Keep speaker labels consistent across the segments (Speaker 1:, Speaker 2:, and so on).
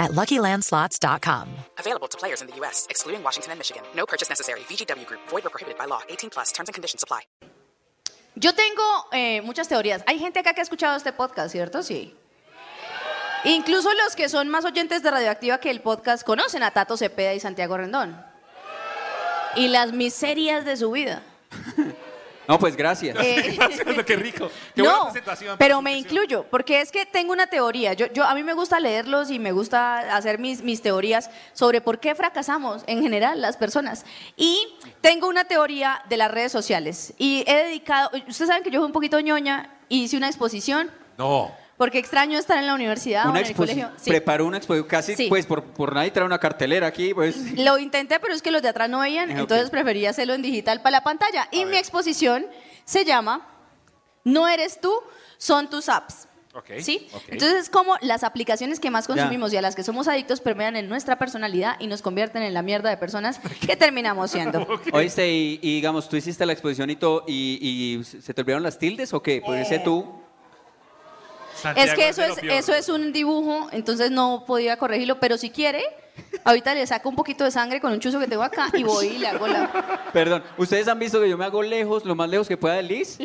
Speaker 1: at luckylandslots.com.
Speaker 2: Available to players in the U.S., excluding Washington and Michigan. No purchase necessary. VGW Group, void or prohibited by law. 18 plus terms and conditions apply.
Speaker 3: Yo tengo eh, muchas teorías. Hay gente acá que ha escuchado este podcast, ¿cierto? Sí. Incluso los que son más oyentes de Radioactiva que el podcast conocen a Tato Cepeda y Santiago Rendón. Y las miserias de su vida.
Speaker 4: No, pues gracias.
Speaker 3: Eh,
Speaker 5: Qué rico. Qué buena
Speaker 3: no,
Speaker 5: presentación.
Speaker 3: pero me incluyo, porque es que tengo una teoría. Yo, yo, a mí me gusta leerlos y me gusta hacer mis, mis teorías sobre por qué fracasamos en general las personas. Y tengo una teoría de las redes sociales. Y he dedicado, ustedes saben que yo fui un poquito ñoña, hice una exposición,
Speaker 5: No.
Speaker 3: porque extraño estar en la universidad o
Speaker 4: una
Speaker 3: en ah, el
Speaker 4: exposición.
Speaker 3: colegio. Sí.
Speaker 4: Preparó una exposición. Casi,
Speaker 3: Sí.
Speaker 4: pues, por, por nadie trae una cartelera aquí. Pues.
Speaker 3: Lo intenté, pero es que los de atrás no veían,
Speaker 4: Ah, ok.
Speaker 3: entonces prefería hacerlo en digital para la pantalla. Y mi exposición se llama No eres tú, son tus apps.
Speaker 5: Ok,
Speaker 3: ¿Sí?
Speaker 5: ok.
Speaker 3: Entonces es como las aplicaciones que más consumimos y a las que somos adictos permean en nuestra personalidad y nos convierten en la mierda de personas que terminamos siendo.
Speaker 4: Oíste, y, y, digamos, tú hiciste la exposición y todo, y, y se te olvidaron las tildes o
Speaker 3: Eh.
Speaker 4: qué? Pues ese tú.
Speaker 3: es
Speaker 5: Santiago
Speaker 3: que eso
Speaker 5: de
Speaker 3: es,
Speaker 5: lo peor.
Speaker 3: eso es un dibujo, entonces no podía corregirlo, pero si quiere, ahorita le saco un poquito de sangre con un chuzo que tengo acá y voy y le hago la...
Speaker 4: Perdón, ustedes han visto que yo me hago lejos, lo más lejos que pueda de Liz,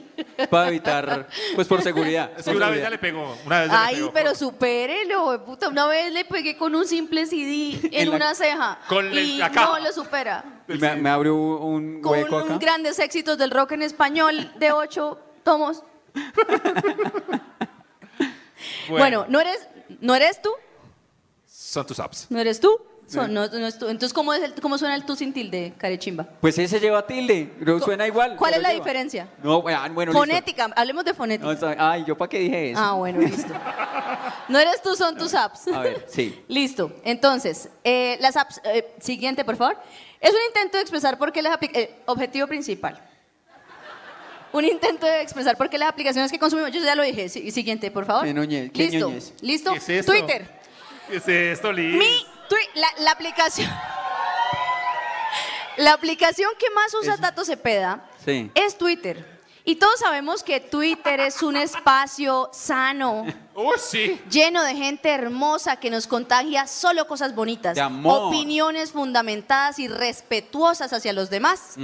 Speaker 4: para evitar, pues por seguridad.
Speaker 5: Es que
Speaker 4: por
Speaker 5: una vez ya
Speaker 4: seguridad.
Speaker 5: le pegó. Una vez ya le
Speaker 3: Ay,
Speaker 5: pegó.
Speaker 3: pero supérelo, puta. Una vez le pegué con un simple CD en,
Speaker 4: En la-
Speaker 3: una ceja
Speaker 5: Con la-
Speaker 3: y
Speaker 5: la caja.
Speaker 3: no lo supera.
Speaker 4: Y me, me abrió un
Speaker 3: Con
Speaker 4: hueco acá.
Speaker 3: un grandes éxitos del rock en español de ocho tomos. Bueno, no eres, no eres tú,
Speaker 5: Son tus apps.
Speaker 3: no eres tú, son- no, no es tú. Entonces, ¿cómo, es el, ¿cómo suena el tú sin tilde, carechimba?
Speaker 4: Pues ese lleva tilde, pero suena igual.
Speaker 3: ¿Cuál
Speaker 4: pero
Speaker 3: es la
Speaker 4: lleva.
Speaker 3: diferencia?
Speaker 4: No, bueno, ah, bueno, listo.
Speaker 3: fonética, hablemos de
Speaker 4: No,
Speaker 3: fonética.
Speaker 4: está- ay, ¿yo para qué dije eso?
Speaker 3: ah, bueno, listo. No eres tú, son tus apps.
Speaker 4: A ver, sí.
Speaker 3: Listo. Entonces, eh, las apps, eh, siguiente, por favor. Es un intento de expresar por qué las aplicaciones, objetivo principal. Un intento de expresar por qué las aplicaciones que consumimos, yo ya lo dije, Si- siguiente, por favor.
Speaker 4: Qué ñoñez, qué
Speaker 3: Listo,
Speaker 4: ñoñez.
Speaker 3: listo.
Speaker 5: ¿Qué es esto?
Speaker 3: Twitter.
Speaker 5: ¿Qué es esto, Liz?
Speaker 3: Mi tui- la, la aplicación. La aplicación que más usa Tato Cepeda
Speaker 4: Sí.
Speaker 3: es Twitter. Y todos sabemos que Twitter es un espacio sano,
Speaker 5: Uy, sí.
Speaker 3: lleno de gente hermosa que nos contagia solo cosas bonitas,
Speaker 4: De amor.
Speaker 3: opiniones fundamentadas y respetuosas hacia los demás.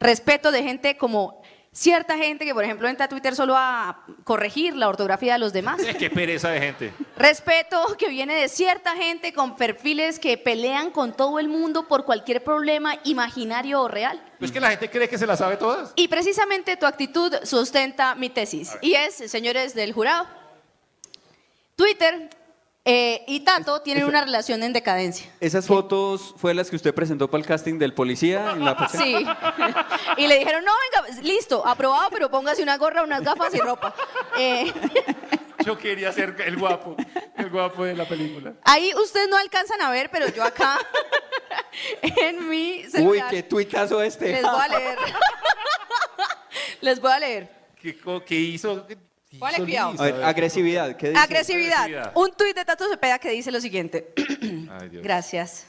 Speaker 3: Respeto de gente como cierta gente que, por ejemplo, entra a Twitter solo a corregir la ortografía de los demás.
Speaker 5: Es que pereza de gente.
Speaker 3: Respeto que viene de cierta gente con perfiles que pelean con todo el mundo por cualquier problema imaginario o real.
Speaker 5: Pues que la gente cree que se la sabe todas.
Speaker 3: Y precisamente tu actitud sustenta mi tesis. Y es, señores del jurado, Twitter eh, y Tato tienen una relación en decadencia.
Speaker 4: Esas fotos fue las que usted presentó para el casting del policía en la pasada?
Speaker 3: Sí. Y le dijeron, no, venga, pues, listo, aprobado, pero póngase una gorra, unas gafas y ropa. Eh,
Speaker 5: Yo quería ser el guapo. El guapo de la película.
Speaker 3: ahí ustedes no alcanzan a ver, pero yo acá, en mi
Speaker 4: Uy,
Speaker 3: celular,
Speaker 4: qué tuitazo este.
Speaker 3: les voy a leer. Les voy a leer.
Speaker 5: ¿Qué, co- qué hizo? ¿Qué hizo
Speaker 3: Ponle
Speaker 5: Liz?
Speaker 3: cuidado.
Speaker 4: A ver, agresividad, ¿qué dice?
Speaker 3: Agresividad.
Speaker 5: Agresividad.
Speaker 3: Un tuit de Tato Cepeda que dice lo siguiente.
Speaker 5: Ay, Dios.
Speaker 3: Gracias.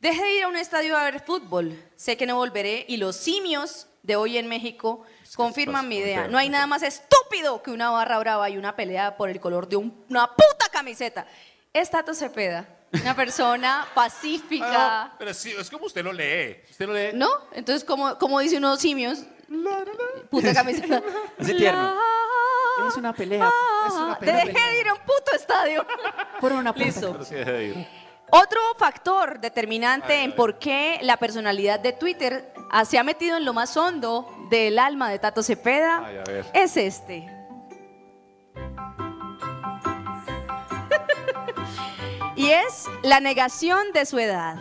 Speaker 3: Deje de ir a un estadio a ver fútbol. Sé que no volveré y los simios de hoy en México confirman
Speaker 5: pasa,
Speaker 3: mi
Speaker 5: muy
Speaker 3: idea.
Speaker 5: feo,
Speaker 3: No hay
Speaker 5: muy
Speaker 3: nada
Speaker 5: feo.
Speaker 3: más estúpido que una barra brava y una pelea por el color de un- una puta camiseta. Es Tato Cepeda, una persona
Speaker 5: Ah,
Speaker 3: pacífica.
Speaker 5: no, pero sí, es como usted lo lee. Usted lo lee.
Speaker 3: ¿No? Entonces, como, como dice unos simios, puta camiseta.
Speaker 4: Así tierno. Es una pelea.
Speaker 3: Ah.
Speaker 5: es una pelea.
Speaker 3: Deje de ir a un puto estadio. Por una puta Listo.
Speaker 5: Pero sí, deje de ir.
Speaker 3: Otro factor determinante en por qué la personalidad de Twitter ah, se ha metido en lo más hondo del alma de Tato Cepeda
Speaker 5: Ay, a ver.
Speaker 3: es este. y es la negación de su edad.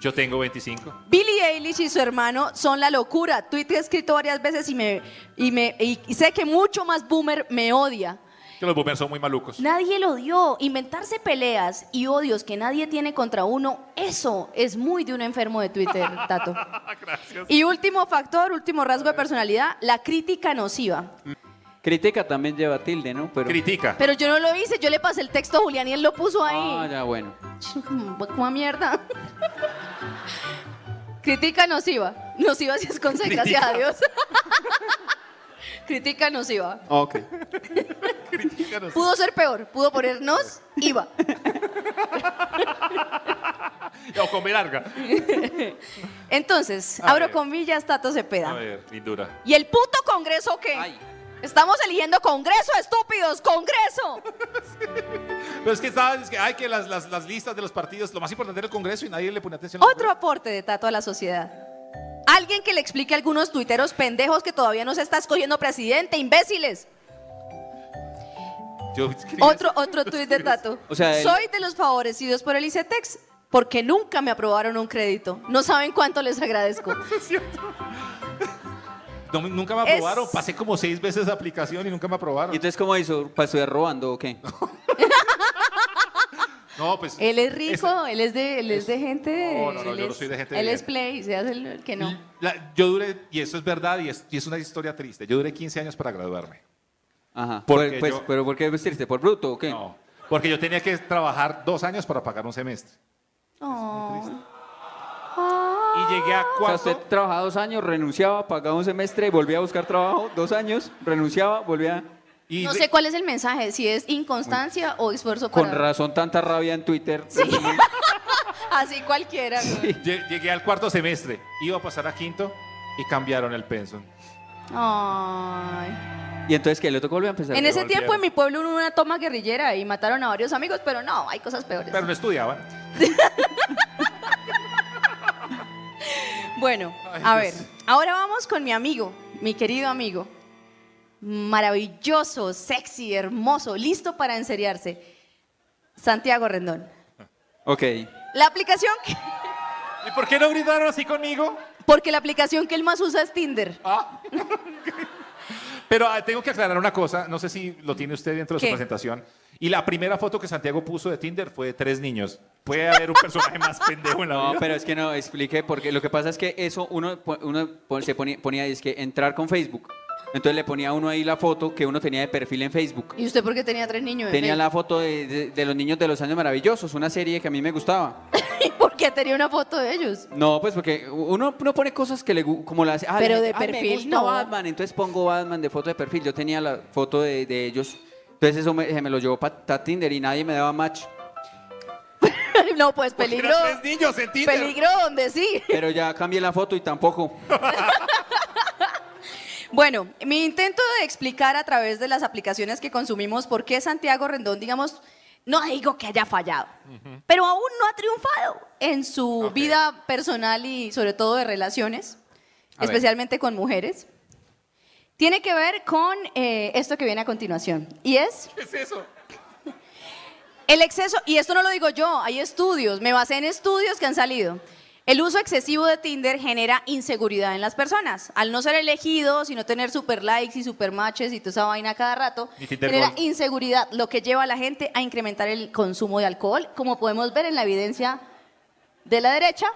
Speaker 5: Yo tengo 25.
Speaker 3: Billie Eilish y su hermano son la locura. Twitter he escrito varias veces y, me, y, me, y- y sé que mucho más boomer me odia.
Speaker 6: Que los boomers son muy malucos.
Speaker 3: Nadie lo dio. Inventarse peleas y odios que nadie tiene contra uno, eso es muy de un enfermo de Twitter, Tato.
Speaker 6: Gracias.
Speaker 3: Y último factor, último rasgo de personalidad, la crítica nociva.
Speaker 4: Crítica también lleva tilde, ¿no? Pero...
Speaker 6: Critica.
Speaker 3: Pero yo no lo hice, yo le pasé el texto a Julián y él lo puso
Speaker 4: Ah,
Speaker 3: ahí.
Speaker 4: ya, bueno.
Speaker 3: Como mierda. Crítica nociva. Nociva si es con C, gracias a Dios. Crítica nociva.
Speaker 4: Ok.
Speaker 6: Critícanos.
Speaker 3: Pudo ser peor, pudo ponernos, iba.
Speaker 6: O come larga.
Speaker 3: Entonces,
Speaker 6: A
Speaker 3: abro
Speaker 6: ver.
Speaker 3: comillas, Tato
Speaker 6: A
Speaker 3: Cepeda.
Speaker 6: ver, lindura.
Speaker 3: ¿Y el puto Congreso qué?
Speaker 4: Ay.
Speaker 3: Estamos eligiendo Congreso, estúpidos, Congreso.
Speaker 6: Pero es que estaban, es que, ay, que las, las, las listas de los partidos, lo más importante era el Congreso y nadie le pone atención. al
Speaker 3: Otro aporte de Tato a la sociedad. Alguien que le explique a algunos tuiteros pendejos que todavía no se está escogiendo presidente, imbéciles.
Speaker 6: Congreso. Yo escribí
Speaker 3: Otro, otro tuit de Tato.
Speaker 4: O sea, el-
Speaker 3: Soy de los favorecidos por el ICETEX porque nunca me aprobaron un crédito. No saben cuánto les agradezco.
Speaker 6: eso. No me- nunca me
Speaker 3: Es-
Speaker 6: aprobaron. Pasé como seis veces la aplicación y nunca me aprobaron.
Speaker 4: ¿Y entonces cómo hizo? ¿Para estudiar robando o qué?
Speaker 6: No, pues.
Speaker 3: Él es rico,
Speaker 6: esa-
Speaker 3: él es de, él es de gente.
Speaker 6: No, no, no,
Speaker 3: él
Speaker 6: yo no
Speaker 3: es-
Speaker 6: soy de gente
Speaker 3: Él
Speaker 6: bien.
Speaker 3: es play, se hace el el que no.
Speaker 6: la- yo duré, y eso es verdad y es, y es una historia triste. Yo duré 15 años para graduarme.
Speaker 4: Ajá.
Speaker 6: Porque
Speaker 4: Pues- pues,
Speaker 6: yo-
Speaker 4: ¿Pero por qué vestirse? ¿Por bruto o qué?
Speaker 6: No. Porque yo tenía que trabajar dos años para pagar un semestre.
Speaker 3: Oh. Ah.
Speaker 6: Y llegué a
Speaker 4: O sea,
Speaker 6: cuarto.
Speaker 4: usted trabajaba dos años, renunciaba, pagaba un semestre, volvía a buscar trabajo, dos años, renunciaba, volvía.
Speaker 6: y
Speaker 3: No
Speaker 6: de-
Speaker 3: sé cuál es el mensaje, si es inconstancia o esfuerzo
Speaker 4: Con
Speaker 3: para-
Speaker 4: razón tanta rabia en Twitter.
Speaker 3: Así cualquiera. güey.
Speaker 6: lle- Llegué al cuarto semestre. Iba a pasar a quinto y cambiaron el pensum.
Speaker 3: Ay.
Speaker 4: Y entonces, ¿qué? Le tocó volver a empezar.
Speaker 3: En ese
Speaker 6: volvieron.
Speaker 3: tiempo en mi pueblo hubo una toma guerrillera y mataron a varios amigos, pero no, hay cosas peores.
Speaker 6: Pero no estudiaban.
Speaker 3: Bueno,
Speaker 6: Ay,
Speaker 3: a ver,
Speaker 6: Dios.
Speaker 3: ahora vamos con mi amigo, mi querido amigo. Maravilloso, sexy, hermoso, listo para enseriarse. Santiago Rendón.
Speaker 4: Ok.
Speaker 3: La aplicación que-
Speaker 6: ¿Y por qué no gritaron así conmigo?
Speaker 3: porque la aplicación que él más usa es Tinder.
Speaker 6: Ah. Pero ah, tengo que aclarar una cosa, no sé si lo tiene usted dentro de
Speaker 3: ¿Qué?
Speaker 6: su presentación. Y la primera foto que Santiago puso de Tinder fue de tres niños. Puede haber un personaje más pendejo en la
Speaker 4: No,
Speaker 6: vida.
Speaker 4: pero es que no, explique, porque lo que pasa es que eso uno, po- uno po- se ponía, ponía, es que entrar con Facebook. Entonces le ponía a uno ahí la foto que uno tenía de perfil en Facebook.
Speaker 3: ¿Y usted por qué tenía tres niños?
Speaker 4: Tenía la foto de, de- de los niños de los años maravillosos, una serie que a mí me gustaba.
Speaker 3: ¿Y por qué tenía una foto de ellos?
Speaker 4: No, pues porque uno, uno pone cosas que le gu- como las ah,
Speaker 3: Pero
Speaker 4: la
Speaker 3: de
Speaker 4: gente, "Ay, me
Speaker 3: perfil
Speaker 4: gusta
Speaker 3: no".
Speaker 4: Batman, entonces pongo Batman de foto de perfil. Yo tenía la foto de, de ellos. Entonces eso me, se me lo llevó para Tinder y nadie me daba match.
Speaker 3: no, pues
Speaker 6: Eran
Speaker 3: peligro.
Speaker 6: tres niños en Tinder.
Speaker 3: Peligro donde sí.
Speaker 4: Pero ya cambié la foto y tampoco.
Speaker 3: Bueno, mi intento de explicar a través de las aplicaciones que consumimos por qué Santiago Rendón, digamos, no digo que haya fallado, pero aún no ha triunfado en su
Speaker 6: Ok.
Speaker 3: vida personal y sobre todo de relaciones,
Speaker 4: A ver.
Speaker 3: especialmente con mujeres. Tiene que ver con eh, esto que viene a continuación, y es
Speaker 6: ¿Qué es eso?
Speaker 3: el exceso, y esto no lo digo yo, hay estudios, me basé en estudios que han salido. El uso excesivo de Tinder genera inseguridad en las personas. Al no ser elegidos y no tener super likes y super matches y toda esa vaina cada rato,
Speaker 6: Y Tinder
Speaker 3: genera
Speaker 6: Gold.
Speaker 3: inseguridad, lo que lleva a la gente a incrementar el consumo de alcohol, como podemos ver en la evidencia de la derecha.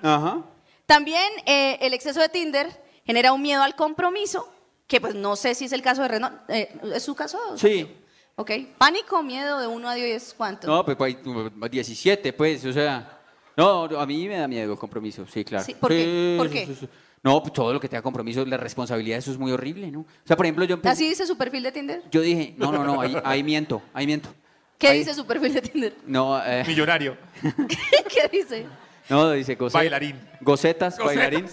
Speaker 4: Ajá.
Speaker 3: También eh, el exceso de Tinder genera un miedo al compromiso, que pues no sé si es el caso de Renault. Eh, ¿Es su caso?
Speaker 4: Sí.
Speaker 3: Ok. Pánico, miedo de 1 a 10, ¿cuánto?
Speaker 4: No, pues, pues, 17, pues, o sea. No, no, a mí me da miedo el compromiso, sí, claro.
Speaker 3: Sí, ¿por qué?
Speaker 4: Sí,
Speaker 3: ¿Por
Speaker 4: sí,
Speaker 3: qué?
Speaker 4: sí, sí. No, pues, todo lo que tenga compromiso, la responsabilidad, eso es muy horrible, ¿no? O sea, por ejemplo, yo empecé-
Speaker 3: ¿Así dice su perfil de Tinder?
Speaker 4: Yo dije, no, no, no, ahí, ahí miento, ahí miento.
Speaker 3: ¿Qué
Speaker 4: Ahí-
Speaker 3: dice su perfil de Tinder?
Speaker 4: No, eh,
Speaker 6: Millonario.
Speaker 3: ¿Qué dice?
Speaker 4: no, dice gocetas.
Speaker 6: Bailarín.
Speaker 4: Gocetas,
Speaker 6: Gocetas.
Speaker 4: bailarín.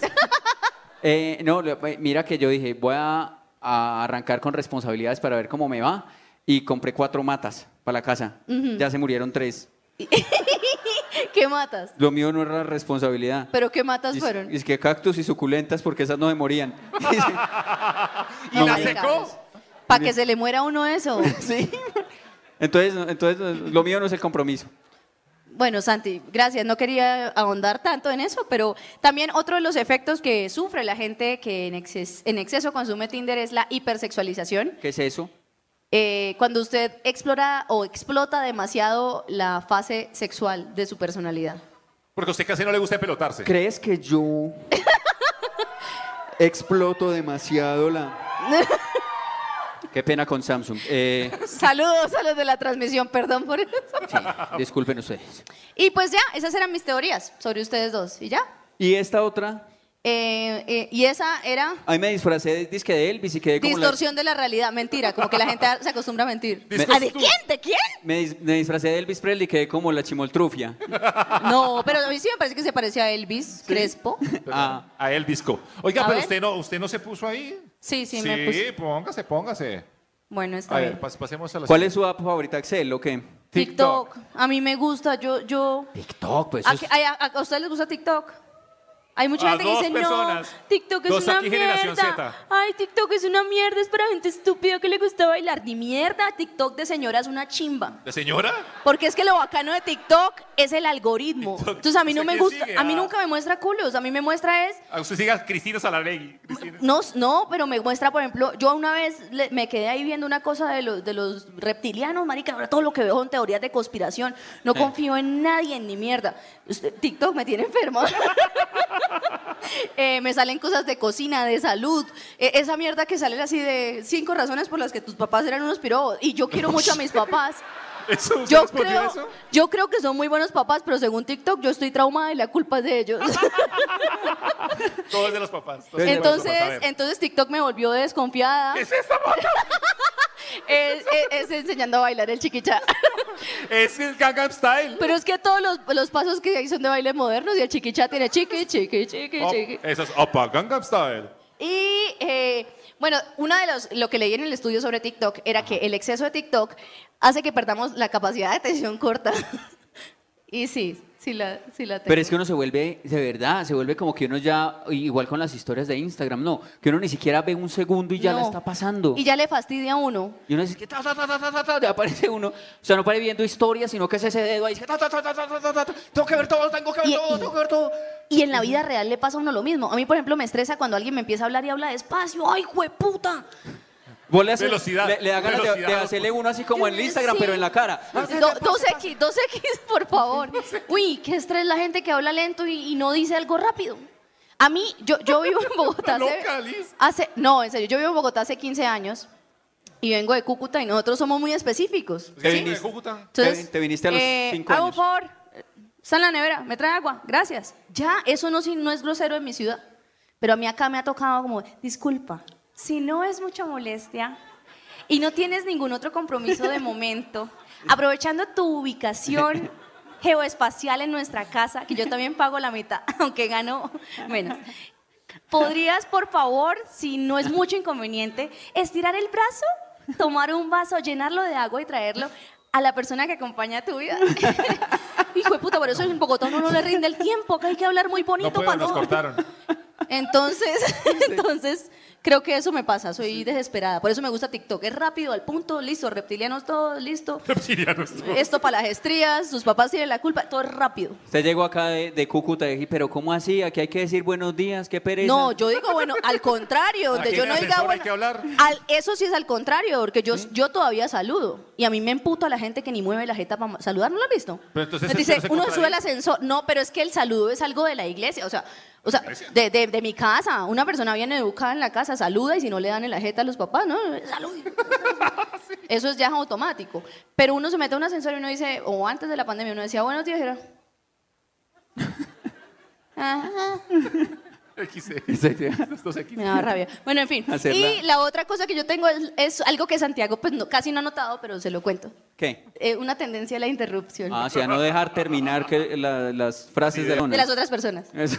Speaker 4: Eh, no, lo- eh, mira que yo dije, voy a, a arrancar con responsabilidades para ver cómo me va. Y compré cuatro matas para la casa. Ya se murieron tres.
Speaker 3: ¿Qué matas?
Speaker 4: Lo mío no era la responsabilidad.
Speaker 3: ¿Pero qué matas
Speaker 4: Y es-
Speaker 3: fueron?
Speaker 4: y es que cactus y suculentas porque esas no se morían.
Speaker 6: ¿Y
Speaker 3: No
Speaker 6: la
Speaker 3: me digas.
Speaker 6: secó?
Speaker 3: Para que se le muera uno eso.
Speaker 4: sí. Entonces, no- entonces lo mío no es el compromiso.
Speaker 3: Bueno, Santi, gracias. No quería ahondar tanto en eso, pero también otro de los efectos que sufre la gente que en, exces- en exceso consume Tinder es la hipersexualización.
Speaker 4: ¿Qué es eso?
Speaker 3: eh, cuando usted explora o explota demasiado la fase sexual de su personalidad.
Speaker 5: Porque a usted casi no le gusta pelotarse.
Speaker 4: ¿Crees que yo exploto demasiado la... Qué pena con Samsung. Eh,
Speaker 3: Saludos a los de la transmisión, perdón por eso.
Speaker 4: sí, disculpen ustedes.
Speaker 3: Y pues ya, esas eran mis teorías sobre ustedes dos. ¿Y ya?
Speaker 4: Y esta otra,
Speaker 3: Eh, eh, y esa era
Speaker 4: ahí me disfracé de disque de Elvis y quedé como la-
Speaker 3: distorsión de la realidad, mentira, como que la gente se acostumbra a mentir.
Speaker 5: Discos
Speaker 3: ¿Ah, de
Speaker 5: tú.
Speaker 3: quién? ¿De quién?
Speaker 4: me, dis- me disfracé de Elvis Presley y quedé como la chimoltrufia.
Speaker 3: No, pero a mí sí me parece que se parece a Elvis Crespo.
Speaker 4: Ah,
Speaker 5: A él disco. Oiga,
Speaker 3: A
Speaker 5: pero
Speaker 3: ver.
Speaker 5: usted no, usted no se puso ahí.
Speaker 3: Sí, sí, me puse.
Speaker 5: póngase, póngase.
Speaker 3: Bueno, está
Speaker 5: A ver,
Speaker 3: bien.
Speaker 5: pas- pasemos a la
Speaker 4: ¿Cuál es su app favorita, Excel o qué?
Speaker 3: TikTok. A mí me gusta, yo, yo.
Speaker 4: TikTok, pues.
Speaker 3: ¿A, qué- ay, a- a- a ustedes les gusta TikTok? Hay mucha
Speaker 5: A
Speaker 3: gente que
Speaker 5: dos
Speaker 3: dice,
Speaker 5: personas.
Speaker 3: no, TikTok es
Speaker 5: Dos
Speaker 3: una
Speaker 5: aquí, generación
Speaker 3: mierda.
Speaker 5: Z.
Speaker 3: Ay, TikTok es una mierda, es para gente estúpida que le gusta bailar. Ni mierda, TikTok de señora es una chimba.
Speaker 5: ¿De señora?
Speaker 3: Porque es que lo bacano de TikTok es el algoritmo.
Speaker 5: TikTok,
Speaker 3: Entonces a mí
Speaker 5: o
Speaker 3: no
Speaker 5: sea,
Speaker 3: me
Speaker 5: ¿qué
Speaker 3: gusta,
Speaker 5: sigue?
Speaker 3: a mí
Speaker 5: Ah.
Speaker 3: nunca me muestra culos, a mí me muestra es
Speaker 5: A usted siga Cristina Salaregui. Cristina.
Speaker 3: no, no, pero me muestra, por ejemplo, yo una vez le- me quedé ahí viendo una cosa de los, de los reptilianos, marica, ahora todo lo que veo son teorías de conspiración, no confío en nadie ni mierda. Usted- TikTok me tiene enfermo. Eh, me salen cosas de cocina, de salud, eh, esa mierda que sale así de cinco razones por las que tus papás eran unos pirobos y yo quiero mucho a mis papás.
Speaker 5: ¿Eso, usted
Speaker 3: Yo
Speaker 5: respondió
Speaker 3: creo,
Speaker 5: eso?
Speaker 3: yo creo que son muy buenos papás, pero según TikTok yo estoy traumada y la culpa es de ellos.
Speaker 5: Pues, Todo es de los papás. todo es de los papás. A
Speaker 3: entonces,
Speaker 5: ver.
Speaker 3: entonces TikTok me volvió desconfiada.
Speaker 5: ¿Qué es esta mata?
Speaker 3: Es, es- es enseñando a bailar el chiquicha.
Speaker 5: Es el Gangnam Style.
Speaker 3: Pero es que todos los, los pasos que hay son de baile modernos y el chiquicha tiene chiqui, chiqui, chiqui,
Speaker 5: Op-
Speaker 3: chiqui.
Speaker 5: Oh, eso es Opa Gangnam Style.
Speaker 3: Y eh, bueno, una de los lo que leí en el estudio sobre TikTok era que el exceso de TikTok hace que perdamos la capacidad de atención corta. y sí, sí la, sí la tengo.
Speaker 4: Pero es que uno se vuelve, de verdad, se vuelve como que uno ya, igual con las historias de Instagram, no, que uno ni siquiera ve un segundo y ya la
Speaker 3: No.
Speaker 4: está pasando.
Speaker 3: Y ya le fastidia a uno.
Speaker 4: Y uno dice, que ta, ta, ta, ta, ta, ta, ta, ya aparece uno. O sea, no pare viendo historias, sino que es ese dedo ahí. que ta, ta, ta, ta, ta, ta, ta, ta, tengo que ver todo, tengo que ver
Speaker 3: Y-
Speaker 4: todo,
Speaker 3: y-
Speaker 4: tengo que ver todo.
Speaker 3: Y en la vida real le pasa a uno lo mismo. A mí, por ejemplo, me estresa cuando alguien me empieza a hablar y habla despacio. ¡Ay, jueputa!
Speaker 4: Vos le haces-
Speaker 5: Velocidad,
Speaker 4: Le, le da ganas de-
Speaker 5: velocidad.
Speaker 4: de, hacerle uno así como en el Instagram,
Speaker 3: Sí.
Speaker 4: pero en la cara.
Speaker 3: Do- 2X, 2X, por favor. Uy, qué estrés la gente que habla lento y, y no dice algo rápido. A mí, yo, yo vivo en Bogotá.
Speaker 5: Está
Speaker 3: hace-
Speaker 5: loca, Liz.
Speaker 3: hace, no, en serio, yo vivo en Bogotá hace 15 años y vengo de Cúcuta y nosotros somos muy específicos.
Speaker 5: ¿Te
Speaker 4: ¿Sí?
Speaker 5: viniste? Cúcuta?
Speaker 4: Te- te viniste a los cinco
Speaker 3: eh, hago un
Speaker 4: años.
Speaker 3: favor, está en la nevera, me trae agua, gracias. Ya, eso no, si- no es grosero en mi ciudad. Pero a mí acá me ha tocado como, disculpa, si no es mucha molestia y no tienes ningún otro compromiso de momento, aprovechando tu ubicación geoespacial en nuestra casa, que yo también pago la mitad, aunque gano menos. ¿Podrías, por favor, si no es mucho inconveniente, estirar el brazo, tomar un vaso, llenarlo de agua y traerlo a la persona que acompaña tu vida? Hijo de puta, por eso en Bogotá uno no le rinde el tiempo, que hay que hablar muy bonito
Speaker 5: No puedo,
Speaker 3: para
Speaker 5: nos cortaron.
Speaker 3: Entonces, entonces creo que eso me pasa, soy desesperada. Por eso me gusta TikTok, es rápido, al punto, listo, reptilianos todos, listo.
Speaker 5: Reptilianos.
Speaker 3: Esto para las estrías, sus papás tienen la culpa, todo es rápido.
Speaker 4: Usted llegó acá de, de Cúcuta y dije, pero ¿cómo así? Aquí hay que decir buenos días, qué pereza.
Speaker 3: No, yo digo, bueno, al contrario,
Speaker 5: Aquí
Speaker 3: donde yo
Speaker 5: en
Speaker 3: no
Speaker 5: el
Speaker 3: diga,
Speaker 5: ascensor hay
Speaker 3: bueno,
Speaker 5: que hablar. ¿Mm?
Speaker 3: al- eso sí es al contrario, porque yo, yo todavía saludo y a mí me emputo a la gente que ni mueve la jeta para saludar, ¿no lo has visto?
Speaker 5: Pero entonces
Speaker 3: Me
Speaker 5: eso
Speaker 3: dice,
Speaker 5: no se
Speaker 3: uno
Speaker 5: contradice.
Speaker 3: sube al ascensor, no, pero es que el saludo es algo de la iglesia, o sea, o sea de, de- de mi casa, una persona bien educada en la casa saluda y si no le dan en la jeta a los papás, no, salude. Eso es ya automático. Pero uno se mete a un ascensor y uno dice, o antes de la pandemia, uno decía, buenos días, y era, Ajá.
Speaker 5: Estos X.
Speaker 3: Me daba rabia. Bueno, en fin.
Speaker 4: Hacerla.
Speaker 3: Y la otra cosa que yo tengo es, es algo que Santiago pues no- casi no ha notado, pero se lo cuento.
Speaker 4: ¿Qué?
Speaker 3: Eh, una tendencia a la interrupción
Speaker 4: Ah, o sea, no dejar terminar que la- las frases de, la
Speaker 3: de las otras personas.
Speaker 4: Eso.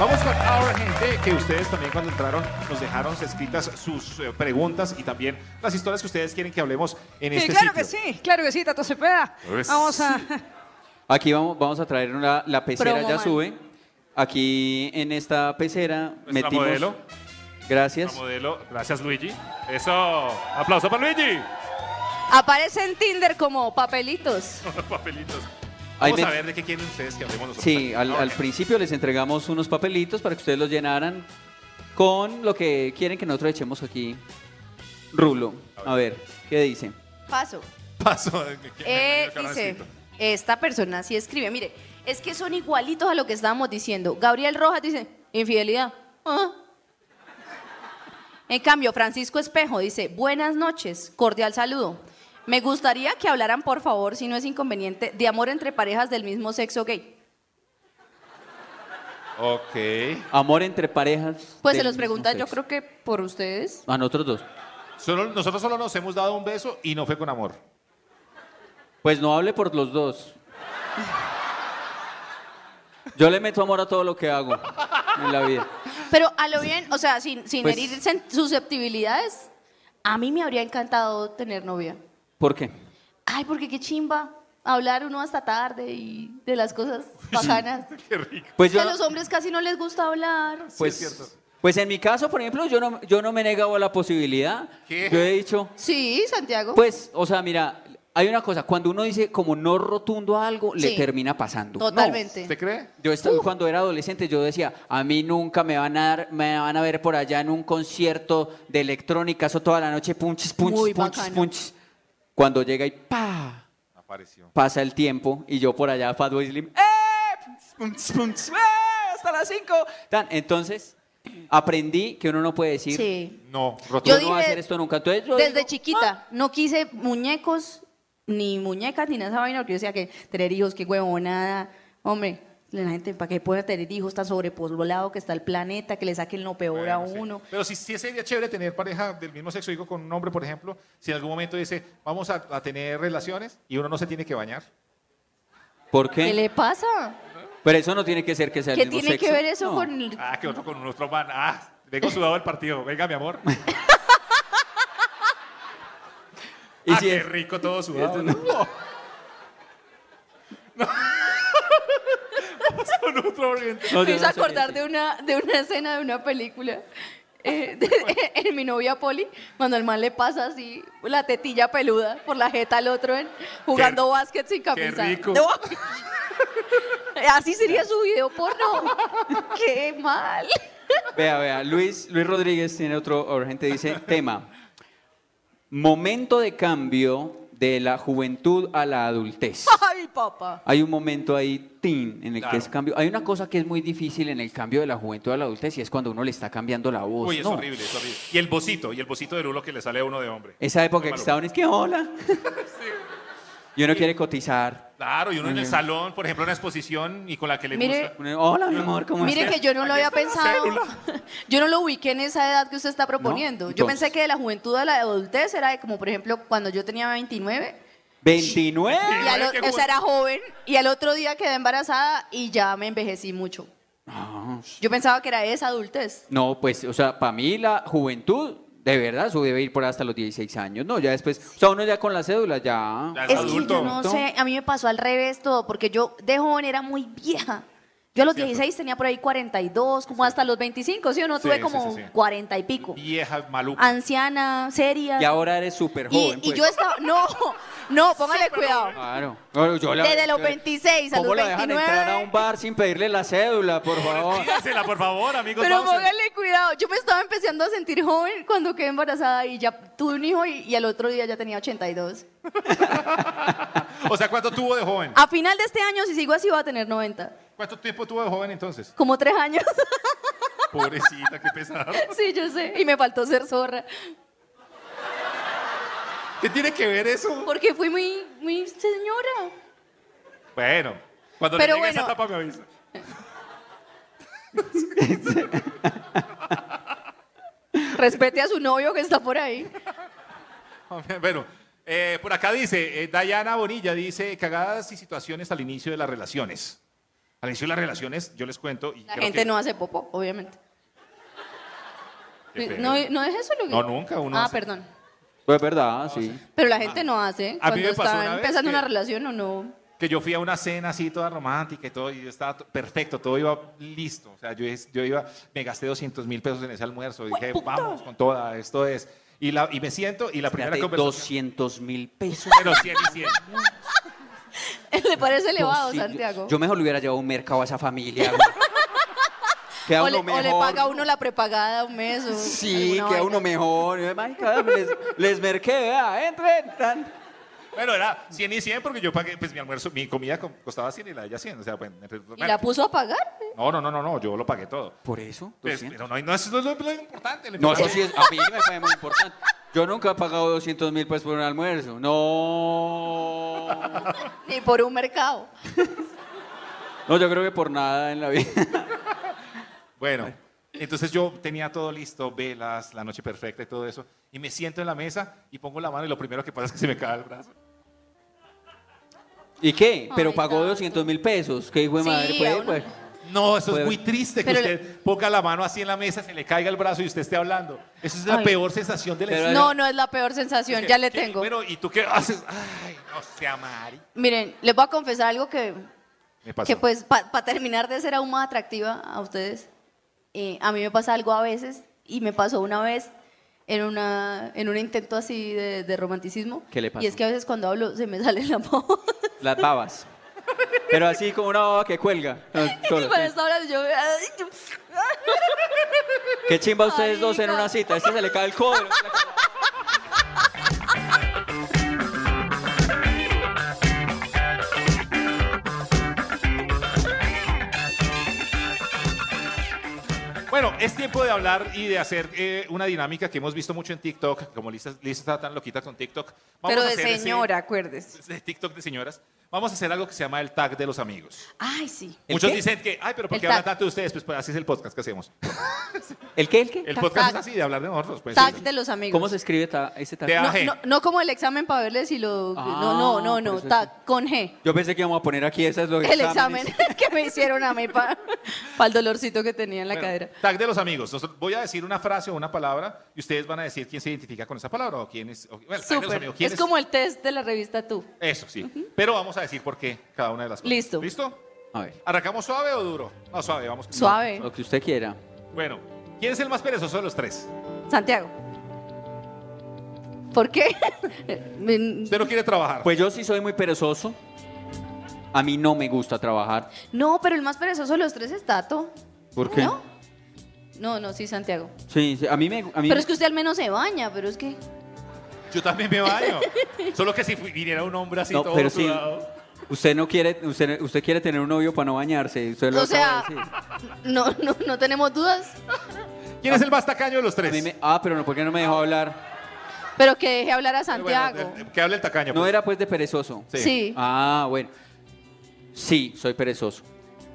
Speaker 5: Vamos con Our Gente, que ustedes también cuando entraron nos dejaron escritas sus eh, preguntas y también las historias que ustedes quieren que hablemos en
Speaker 6: Sí,
Speaker 5: este
Speaker 6: claro
Speaker 5: sitio.
Speaker 6: que sí, claro que sí, Tato Cepeda.
Speaker 5: Claro que
Speaker 6: Vamos a,
Speaker 4: Aquí vamos, vamos a traer una- la pecera,
Speaker 3: Promo
Speaker 4: ya
Speaker 3: man.
Speaker 4: sube. Aquí en esta pecera
Speaker 6: Nuestra
Speaker 4: metimos...
Speaker 6: modelo.
Speaker 4: Gracias.
Speaker 6: Modelo. Gracias, Luigi. Eso. Aplauso para Luigi.
Speaker 3: Aparece en Tinder como papelitos.
Speaker 6: Papelitos.
Speaker 4: Ahí me-
Speaker 6: Vamos a ver de qué quieren ustedes que hablemos nosotros.
Speaker 4: Sí, al,
Speaker 6: Ah,
Speaker 4: al
Speaker 6: ok.
Speaker 4: principio les entregamos unos papelitos para que ustedes los llenaran con lo que quieren que nosotros echemos aquí. Rulo, a ver, ¿qué dice?
Speaker 3: Paso.
Speaker 6: Paso. de-
Speaker 3: Eh,
Speaker 6: que-
Speaker 3: dice, esta persona sí escribe. Mire, es que son igualitos a lo que estábamos diciendo. Gabriel Rojas dice, infidelidad. Ah. En cambio, Francisco Espejo dice, buenas noches, cordial saludo. Me gustaría que hablaran, por favor, si no es inconveniente, de amor entre parejas del mismo sexo gay.
Speaker 6: Ok.
Speaker 4: Amor entre parejas.
Speaker 3: Pues se
Speaker 4: del
Speaker 3: los
Speaker 4: mismo
Speaker 3: pregunta, yo
Speaker 4: sexo.
Speaker 3: creo que por ustedes.
Speaker 4: A nosotros dos.
Speaker 6: Solo, nosotros solo nos hemos dado un beso y no fue con amor.
Speaker 4: Pues no hable por los dos. Yo le meto amor a todo lo que hago en la vida.
Speaker 3: Pero a lo bien, o sea, sin, sin
Speaker 4: Pues-
Speaker 3: herir sen- susceptibilidades, a mí me habría encantado tener novia.
Speaker 4: ¿Por qué?
Speaker 3: Ay, porque qué chimba hablar uno hasta tarde y de las cosas bacanas.
Speaker 6: Qué rico.
Speaker 4: Pues
Speaker 3: Que
Speaker 4: yo.
Speaker 3: a
Speaker 4: no-
Speaker 3: los hombres casi no les gusta hablar.
Speaker 4: pues,
Speaker 6: cierto.
Speaker 4: pues en mi caso, por ejemplo, yo no, yo no me he negado a la posibilidad.
Speaker 6: ¿Qué?
Speaker 4: Yo he dicho,
Speaker 3: Sí, Santiago.
Speaker 4: Pues, o sea, mira, hay una cosa, cuando uno dice como no rotundo a algo, le
Speaker 3: Sí.
Speaker 4: termina pasando.
Speaker 3: Totalmente.
Speaker 6: ¿Usted cree?
Speaker 4: No. Yo estaba, cuando era adolescente yo decía, a mí nunca me van a dar- me van a ver por allá en un concierto de electrónica, eso toda la noche, punches, punches,
Speaker 3: Muy
Speaker 4: punches,
Speaker 3: bacano.
Speaker 4: punches. Cuando llega y pa,
Speaker 6: Apareció.
Speaker 4: pasa el tiempo y yo por allá Fatboy Slim, ¡eh! Punches, punches, ¡eh! Hasta las 5. Entonces, aprendí que uno no puede decir,
Speaker 3: sí.
Speaker 6: No,
Speaker 4: yo
Speaker 6: rotundo.
Speaker 3: Yo
Speaker 4: no voy a
Speaker 3: dije,
Speaker 4: hacer esto nunca. Entonces, yo
Speaker 3: Desde
Speaker 4: digo, "Ah".
Speaker 3: chiquita no quise muñecos, ni muñecas, ni nada de esa vaina, porque yo decía que tener hijos, qué huevonada. Hombre, la gente, ¿para qué puede tener hijos tan sobrepolvolado que está el planeta, que le saquen lo peor a
Speaker 6: Bueno, sí.
Speaker 3: uno?
Speaker 6: Pero sí, sí sería chévere tener pareja del mismo sexo, digo, con un hombre, por ejemplo, si en algún momento dice, vamos a, a tener relaciones y uno no se tiene que bañar.
Speaker 4: ¿Por
Speaker 3: ¿Qué
Speaker 4: qué?
Speaker 3: le pasa?
Speaker 4: Pero eso no tiene que ser que sea el
Speaker 3: ¿Qué
Speaker 4: mismo
Speaker 3: tiene que
Speaker 4: sexo.
Speaker 3: ver eso
Speaker 4: No.
Speaker 3: con el-
Speaker 6: Ah, que otro con un otro man. Ah, vengo sudado del partido. Venga, mi amor.
Speaker 4: Y
Speaker 6: ah,
Speaker 4: si
Speaker 6: qué
Speaker 4: es-
Speaker 6: rico todo sudado.
Speaker 4: Esto
Speaker 6: No.
Speaker 4: no.
Speaker 6: Vamos con otro oriente.
Speaker 4: No,
Speaker 3: me
Speaker 4: yo
Speaker 3: hizo
Speaker 4: no soy
Speaker 3: acordar
Speaker 4: así.
Speaker 3: de una, de una escena de una película. eh, de- en mi novia Poli, cuando el man le pasa así la tetilla peluda por la jeta al otro en- jugando
Speaker 6: Qué-
Speaker 3: básquet sin camisa.
Speaker 6: rico.
Speaker 3: No. así sería su video porno. Qué mal.
Speaker 4: Vea, vea, Luis, Luis Rodríguez tiene otro urgente, dice, tema, momento de cambio de la juventud a la adultez.
Speaker 3: Ay, papá.
Speaker 4: Hay un momento ahí, tin, en el
Speaker 6: Claro.
Speaker 4: que es cambio. Hay una cosa que es muy difícil en el cambio de la juventud a la adultez y es cuando uno le está cambiando la voz.
Speaker 6: Uy, es
Speaker 4: ¿no?
Speaker 6: horrible, es horrible. Y el bocito, y el bocito de Lulo que le sale a uno de hombre.
Speaker 4: Esa época
Speaker 6: Muy
Speaker 4: que
Speaker 6: malo.
Speaker 4: estaban es que hola. Y uno quiere cotizar.
Speaker 6: Claro, y uno en el
Speaker 4: Ujú.
Speaker 6: salón, por ejemplo, una exposición y con la que le
Speaker 3: Mire,
Speaker 6: gusta.
Speaker 4: Uno, hola, mi amor, ¿cómo
Speaker 3: Mire
Speaker 4: estás?
Speaker 3: que yo no lo
Speaker 6: Aquí
Speaker 3: había
Speaker 6: está la
Speaker 3: pensado.
Speaker 6: célula.
Speaker 3: Yo no lo ubiqué en esa edad que usted está proponiendo. yo
Speaker 4: entonces.
Speaker 3: pensé que de la juventud a la adultez era de como, por ejemplo, cuando yo tenía 29,
Speaker 4: 29.
Speaker 3: Y al
Speaker 6: Ay,
Speaker 3: o-
Speaker 6: qué
Speaker 3: o sea, era joven y al otro día quedé embarazada y ya me envejecí mucho. Yo pensaba que era esa adultez.
Speaker 4: No, pues, o sea, para mí la juventud, de verdad, eso debe ir por hasta los 16 años, ¿no? Ya después, o sea, uno ya con la cédula, ya.
Speaker 6: Ya es
Speaker 3: Es
Speaker 6: adulto.
Speaker 3: que yo no sé, a mí me pasó al revés todo, porque yo de joven era muy vieja. Yo a los 16 tenía por ahí 42, como hasta los 25, ¿sí o no?
Speaker 6: Sí,
Speaker 3: Tuve
Speaker 6: sí,
Speaker 3: como
Speaker 6: sí, sí.
Speaker 3: 40 y pico.
Speaker 6: Vieja, maluca.
Speaker 3: Anciana, seria.
Speaker 4: Y ahora eres súper
Speaker 3: Y-
Speaker 4: joven.
Speaker 3: y
Speaker 4: pues.
Speaker 3: yo estaba... No, no, póngale cuidado.
Speaker 4: Claro. No, yo la-
Speaker 3: Desde los 26 a
Speaker 4: ¿Cómo
Speaker 3: los
Speaker 4: la dejan
Speaker 3: 29.
Speaker 4: entrar a un bar sin pedirle la cédula, por favor?
Speaker 6: Pídasela, por favor, amigos.
Speaker 3: Ah. Pero
Speaker 6: vamos a-
Speaker 3: póngale cuidado, yo me estaba empezando a sentir joven cuando quedé embarazada y ya tuve un hijo y, y al otro día ya tenía 82.
Speaker 6: O sea, ¿cuánto tuvo de joven?
Speaker 3: A final de este año, si sigo así, voy a tener 90.
Speaker 6: ¿Cuánto tiempo tuvo de joven entonces?
Speaker 3: Como tres años.
Speaker 6: Pobrecita, qué pesado.
Speaker 3: sí, yo sé. Y me faltó ser zorra.
Speaker 6: ¿Qué tiene que ver eso?
Speaker 3: Porque fui muy, muy señora.
Speaker 6: Bueno, cuando
Speaker 3: Pero
Speaker 6: le llegue esa
Speaker 3: bueno.
Speaker 6: etapa me avisa.
Speaker 3: Respete a su novio que está por ahí.
Speaker 6: Bueno, eh, por acá dice, eh, Dayana Bonilla dice, cagadas y situaciones al inicio de las relaciones. Al inicio de las relaciones, yo les cuento. Y
Speaker 3: La
Speaker 6: creo
Speaker 3: gente
Speaker 6: que-
Speaker 3: no hace popó, obviamente.
Speaker 6: Qué feo.
Speaker 3: No, no es eso lo que...
Speaker 6: No, nunca uno
Speaker 3: Ah,
Speaker 6: hace. Ah.
Speaker 3: perdón.
Speaker 4: Pues verdad, sí.
Speaker 3: Pero la gente no hace.
Speaker 6: A mí
Speaker 3: Cuando
Speaker 6: me pasó
Speaker 3: están
Speaker 6: una vez
Speaker 3: empezando
Speaker 6: que-
Speaker 3: una relación o no.
Speaker 6: que yo fui a una cena así toda romántica y todo, y yo estaba to- perfecto, todo iba listo. O sea, yo, es- yo iba, me gasté 200 mil pesos en ese almuerzo. Dije, vamos con toda, esto es. Y, la, y me siento, y la primera
Speaker 4: Espérate,
Speaker 6: conversación.
Speaker 4: 200 mil pesos.
Speaker 6: Pero 100 y 100.
Speaker 3: ¿Le parece elevado,
Speaker 4: Sí, yo-
Speaker 3: Oh, Santiago?
Speaker 4: Yo, mejor le hubiera llevado un mercado a esa familia. güey. queda
Speaker 3: o,
Speaker 4: uno
Speaker 3: le, o
Speaker 4: mejor.
Speaker 3: le paga uno la prepagada un mes. o
Speaker 4: Sí,
Speaker 3: alguna
Speaker 4: queda
Speaker 3: vaina.
Speaker 4: uno mejor. Yo, marica, Les, les merqué, vea, entren. tan.
Speaker 6: Bueno, era 100 y 100 porque yo pagué, pues mi almuerzo, mi comida co- costaba 100 y la de ella 100. O sea, pues, entre-
Speaker 3: ¿Y la puso a pagar?
Speaker 6: No, no, no, no, no, yo lo pagué todo.
Speaker 4: Por eso,
Speaker 6: Pues,
Speaker 4: 200.
Speaker 6: pero no, no, eso no es lo, lo importante. lo
Speaker 4: No, eso
Speaker 6: importante-
Speaker 4: sí es, a mí me parece muy importante. Yo nunca he pagado 200 mil pesos por un almuerzo. No.
Speaker 3: Ni eh, por un mercado.
Speaker 4: No, yo creo que por nada en la vida.
Speaker 6: Bueno, entonces yo tenía todo listo, velas, la noche perfecta y todo eso. Y me siento en la mesa y pongo la mano y lo primero que pasa es que se me cae el brazo.
Speaker 4: ¿Y qué? Pero
Speaker 3: Ay,
Speaker 4: pagó
Speaker 3: tanto.
Speaker 4: 200 mil pesos. ¿Qué hijo de
Speaker 3: Sí,
Speaker 4: madre?
Speaker 3: a
Speaker 4: Pues,
Speaker 3: uno-
Speaker 4: pues.
Speaker 6: No, eso
Speaker 4: Puede-
Speaker 6: es muy triste que
Speaker 3: Pero le-
Speaker 6: usted ponga la mano así en la mesa, se le caiga el brazo y usted esté hablando. Esa es la
Speaker 3: Ay.
Speaker 6: peor sensación de la
Speaker 4: Pero-
Speaker 6: existencia.
Speaker 3: No, no es la peor sensación, ya le
Speaker 6: ¿Qué?
Speaker 3: tengo.
Speaker 6: Bueno, ¿y tú qué haces? Ay, no sea Mari.
Speaker 3: Miren, les voy a confesar algo que,
Speaker 6: Me pasó.
Speaker 3: que pues, para terminar de ser aún más atractiva a ustedes, eh, a mí me pasa algo a veces, y me pasó una vez en, una, en un intento así de, de romanticismo.
Speaker 4: ¿Qué le pasó?
Speaker 3: Y es que a veces cuando hablo se me sale la voz.
Speaker 4: Las babas. Pero así como una baba que cuelga. No,
Speaker 3: Y
Speaker 4: solo.
Speaker 3: cuando está hablando yo... ay, yo-
Speaker 4: Qué chimba ustedes dos en
Speaker 3: Marica.
Speaker 4: una cita. A Este se le cae el codo.
Speaker 6: Bueno, es tiempo de hablar y de hacer eh, una dinámica que hemos visto mucho en TikTok. Como Lisa, Lisa está tan loquita con TikTok.
Speaker 3: Pero
Speaker 6: a
Speaker 3: de
Speaker 6: hacer ese-
Speaker 3: señora, acuérdese.
Speaker 6: de TikTok de señoras. Vamos a hacer algo que se llama el tag de los amigos.
Speaker 3: Ay, sí.
Speaker 4: ¿El
Speaker 6: Muchos
Speaker 4: qué?
Speaker 6: dicen que, ay, pero ¿por
Speaker 3: El
Speaker 6: qué hablan
Speaker 3: tag.
Speaker 6: tanto de ustedes? Pues, pues, así es el podcast que hacemos.
Speaker 4: ¿El qué? ¿El qué?
Speaker 6: El podcast
Speaker 3: tag.
Speaker 6: es así, de hablar de nosotros. Pues,
Speaker 3: Tag
Speaker 6: sí.
Speaker 3: de los amigos.
Speaker 4: ¿Cómo se escribe ta- ese tal?
Speaker 6: Te
Speaker 3: No,
Speaker 6: G.
Speaker 3: no, no como el examen para verle si lo... no, no,
Speaker 4: Ah,
Speaker 3: no, no,
Speaker 4: por eso
Speaker 3: tag con G.
Speaker 4: Yo pensé que íbamos a poner aquí esas los
Speaker 3: El
Speaker 4: exámenes.
Speaker 3: examen que me hicieron a mí para el dolorcito que tenía en la
Speaker 6: Bueno,
Speaker 3: cadera.
Speaker 6: Tag de los amigos. Nosotros- voy a decir una frase o una palabra y ustedes van a decir quién se identifica con esa palabra o quién es. o- bueno, tag de los
Speaker 3: Súper.
Speaker 6: amigos. ¿Quién
Speaker 3: Es como el test de la revista Tú.
Speaker 6: Eso, sí. Pero vamos a decir por qué cada una de las cosas.
Speaker 3: Listo.
Speaker 6: ¿Listo?
Speaker 4: A ver,
Speaker 6: ¿Arrancamos suave o duro? No, suave, vamos.
Speaker 3: Suave.
Speaker 4: lo que usted quiera.
Speaker 6: Bueno, ¿quién es el más perezoso de los tres?
Speaker 3: Santiago. ¿Por qué? Me-
Speaker 6: Usted no quiere trabajar.
Speaker 4: Pues yo sí soy muy perezoso. A mí no me gusta trabajar.
Speaker 3: no, pero el más perezoso de los tres es Tato.
Speaker 4: ¿Por qué?
Speaker 3: ¿No? No, no, sí, Santiago.
Speaker 4: Sí, sí, a mí me... A mí
Speaker 3: Pero es que usted al menos se baña, pero es que...
Speaker 6: Yo también me baño. Solo que si fu- viniera un hombre así
Speaker 4: No,
Speaker 6: todo
Speaker 4: pero sí.
Speaker 6: sudado.
Speaker 4: Usted no quiere... Usted, usted quiere tener un novio para no bañarse. Usted lo
Speaker 3: O sea,
Speaker 4: acaba de decir.
Speaker 3: no, no, no tenemos dudas,
Speaker 6: ¿Quién es el más tacaño de los tres?
Speaker 4: A mí me- ah, pero no, ¿por qué no me dejó hablar?
Speaker 3: pero que deje hablar a
Speaker 6: Pero bueno,
Speaker 3: Santiago.
Speaker 6: eh, que hable el tacaño.
Speaker 4: No
Speaker 6: pues.
Speaker 4: era pues de perezoso.
Speaker 6: Sí.
Speaker 3: Sí.
Speaker 4: Ah, bueno. Sí, soy perezoso.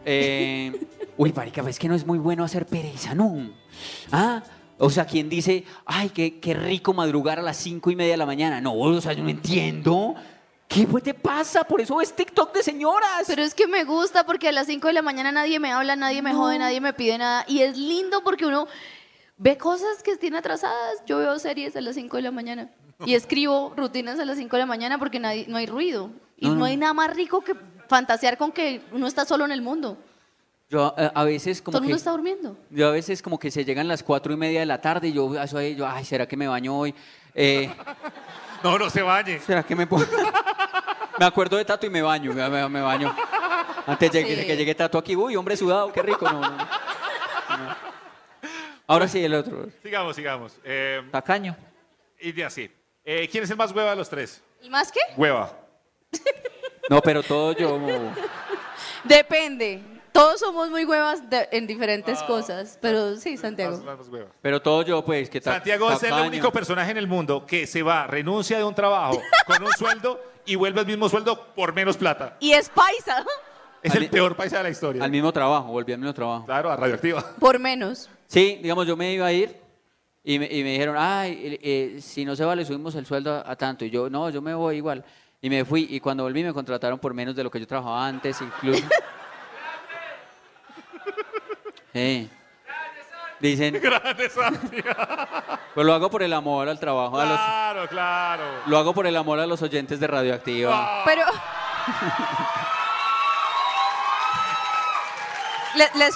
Speaker 4: Eh, uy, marica, es que no es muy bueno hacer pereza, ¿no? Ah, o sea, quien dice, ay, qué, qué rico madrugar a las cinco y media de la mañana. No, o sea, yo no entiendo. ¿Qué pues, te pasa? Por eso ves TikTok de señoras.
Speaker 3: Pero es que me gusta porque a las 5 de la mañana nadie me habla, nadie me jode, nadie me pide nada. Y es lindo porque uno ve cosas que tiene atrasadas. Yo veo series a las 5 de la mañana y escribo rutinas a las 5 de la mañana porque nadie- no hay ruido. Y no, hay nada más rico que fantasear con que uno está solo en el mundo.
Speaker 4: Yo eh, a veces como
Speaker 3: Todo el mundo
Speaker 4: que...
Speaker 3: está durmiendo.
Speaker 4: Yo a veces como que se llegan las cuatro y media de la tarde y yo, eso ahí, yo ay, ¿será que me baño hoy? Eh,
Speaker 6: No, no se bañe.
Speaker 4: ¿Será que me pongo? me acuerdo de Tato y me baño, me, me- me baño. Antes de que-
Speaker 3: Sí.
Speaker 4: que llegue Tato aquí, uy, hombre sudado, qué rico. no, no, no. Ahora sí, el otro.
Speaker 6: Sigamos, sigamos. Eh,
Speaker 4: Tacaño.
Speaker 6: y de así. Eh, ¿Quién es el más hueva de los tres?
Speaker 3: ¿Y más qué?
Speaker 6: Hueva.
Speaker 4: No, pero todo yo. bobo.
Speaker 3: Depende. Todos somos muy huevas de- en diferentes cosas. Pero sí,
Speaker 6: Ah, Más-
Speaker 3: Santiago.
Speaker 6: más hueva.
Speaker 4: Pero todo yo, pues, que ta-
Speaker 6: Santiago es el
Speaker 4: tacaño.
Speaker 6: único personaje en el mundo que se va, renuncia de un trabajo con un sueldo y vuelve al mismo sueldo por menos plata.
Speaker 3: Y es paisa,
Speaker 6: Es
Speaker 4: Al
Speaker 6: el
Speaker 4: mi-
Speaker 6: peor país de la historia.
Speaker 4: Al mismo trabajo, volví al mismo trabajo.
Speaker 6: Claro, a Radioactiva.
Speaker 3: por menos.
Speaker 4: Sí, digamos, yo me iba a ir y me, y me dijeron, ay, eh, eh, si no se vale, subimos el sueldo a, a tanto. Y yo, no, yo me voy igual. Y me fui. Y cuando volví, me contrataron por menos de lo que yo trabajaba antes, incluso. Sí. Dicen,
Speaker 6: Grande Santi.
Speaker 4: pues lo hago por el amor al trabajo, a los-
Speaker 6: Claro, claro.
Speaker 4: lo hago por el amor a los oyentes de Radioactiva.
Speaker 3: Pero, Le- Les,